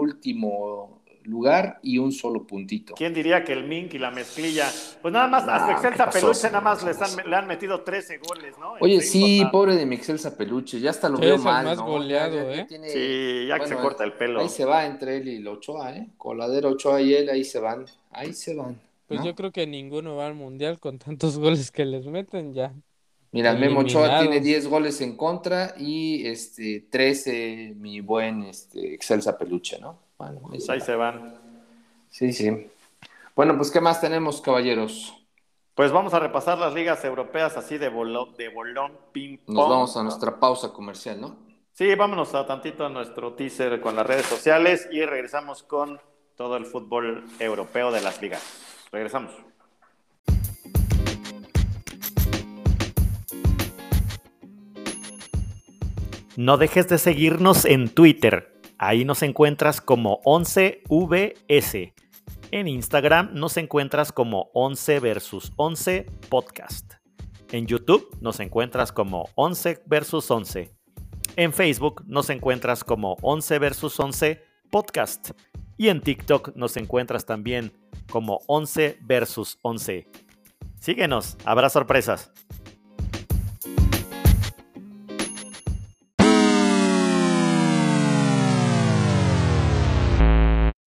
[SPEAKER 2] último lugar y un solo puntito.
[SPEAKER 1] ¿Quién diría que el Mink y la mezclilla? Pues nada más, a
[SPEAKER 2] Nah,
[SPEAKER 1] su Excelsa
[SPEAKER 2] ¿qué pasó,
[SPEAKER 1] Peluche
[SPEAKER 2] señor?
[SPEAKER 1] nada más
[SPEAKER 2] ¿Qué
[SPEAKER 1] les han-
[SPEAKER 2] pasó?
[SPEAKER 1] le han metido 13 goles, ¿no? Este,
[SPEAKER 2] Oye,
[SPEAKER 1] En seis
[SPEAKER 2] sí,
[SPEAKER 1] jornadas.
[SPEAKER 2] pobre de mi Excelsa Peluche, ya hasta lo
[SPEAKER 4] Es
[SPEAKER 2] veo
[SPEAKER 4] el
[SPEAKER 2] mal.
[SPEAKER 4] más
[SPEAKER 2] ¿no?
[SPEAKER 4] goleado, ¿eh?
[SPEAKER 2] tiene-
[SPEAKER 1] Sí, ya que se
[SPEAKER 2] Bueno,
[SPEAKER 1] corta el pelo.
[SPEAKER 2] Ahí se va entre él y el Ochoa, ¿eh? Coladero Ochoa y él, ahí se van. Ahí se van.
[SPEAKER 4] Pues
[SPEAKER 2] ¿no?
[SPEAKER 4] yo creo que ninguno va al mundial con tantos goles que les meten ya.
[SPEAKER 2] Mira, Memo Ochoa
[SPEAKER 4] eliminados.
[SPEAKER 2] tiene 10 goles en contra y este 13, mi buen este, Excelsa Peluche, ¿no? Bueno, ahí
[SPEAKER 1] Pues
[SPEAKER 2] se
[SPEAKER 1] ahí
[SPEAKER 2] va.
[SPEAKER 1] se van.
[SPEAKER 2] Sí, sí. Bueno, pues, ¿qué más tenemos, caballeros?
[SPEAKER 1] Pues vamos a repasar las ligas europeas así de bolón, de bolón ping pong.
[SPEAKER 2] Nos vamos a nuestra pausa comercial, ¿no?
[SPEAKER 1] Sí, vámonos a tantito a nuestro teaser con las redes sociales y regresamos con todo el fútbol europeo de las ligas. Regresamos. No dejes de seguirnos en Twitter. Ahí nos encuentras como 11VS. En Instagram nos encuentras como 11 versus 11 podcast. En YouTube nos encuentras como 11 versus 11. En Facebook nos encuentras como 11 versus 11 podcast. Y en TikTok nos encuentras también como 11 versus 11. Síguenos, habrá sorpresas.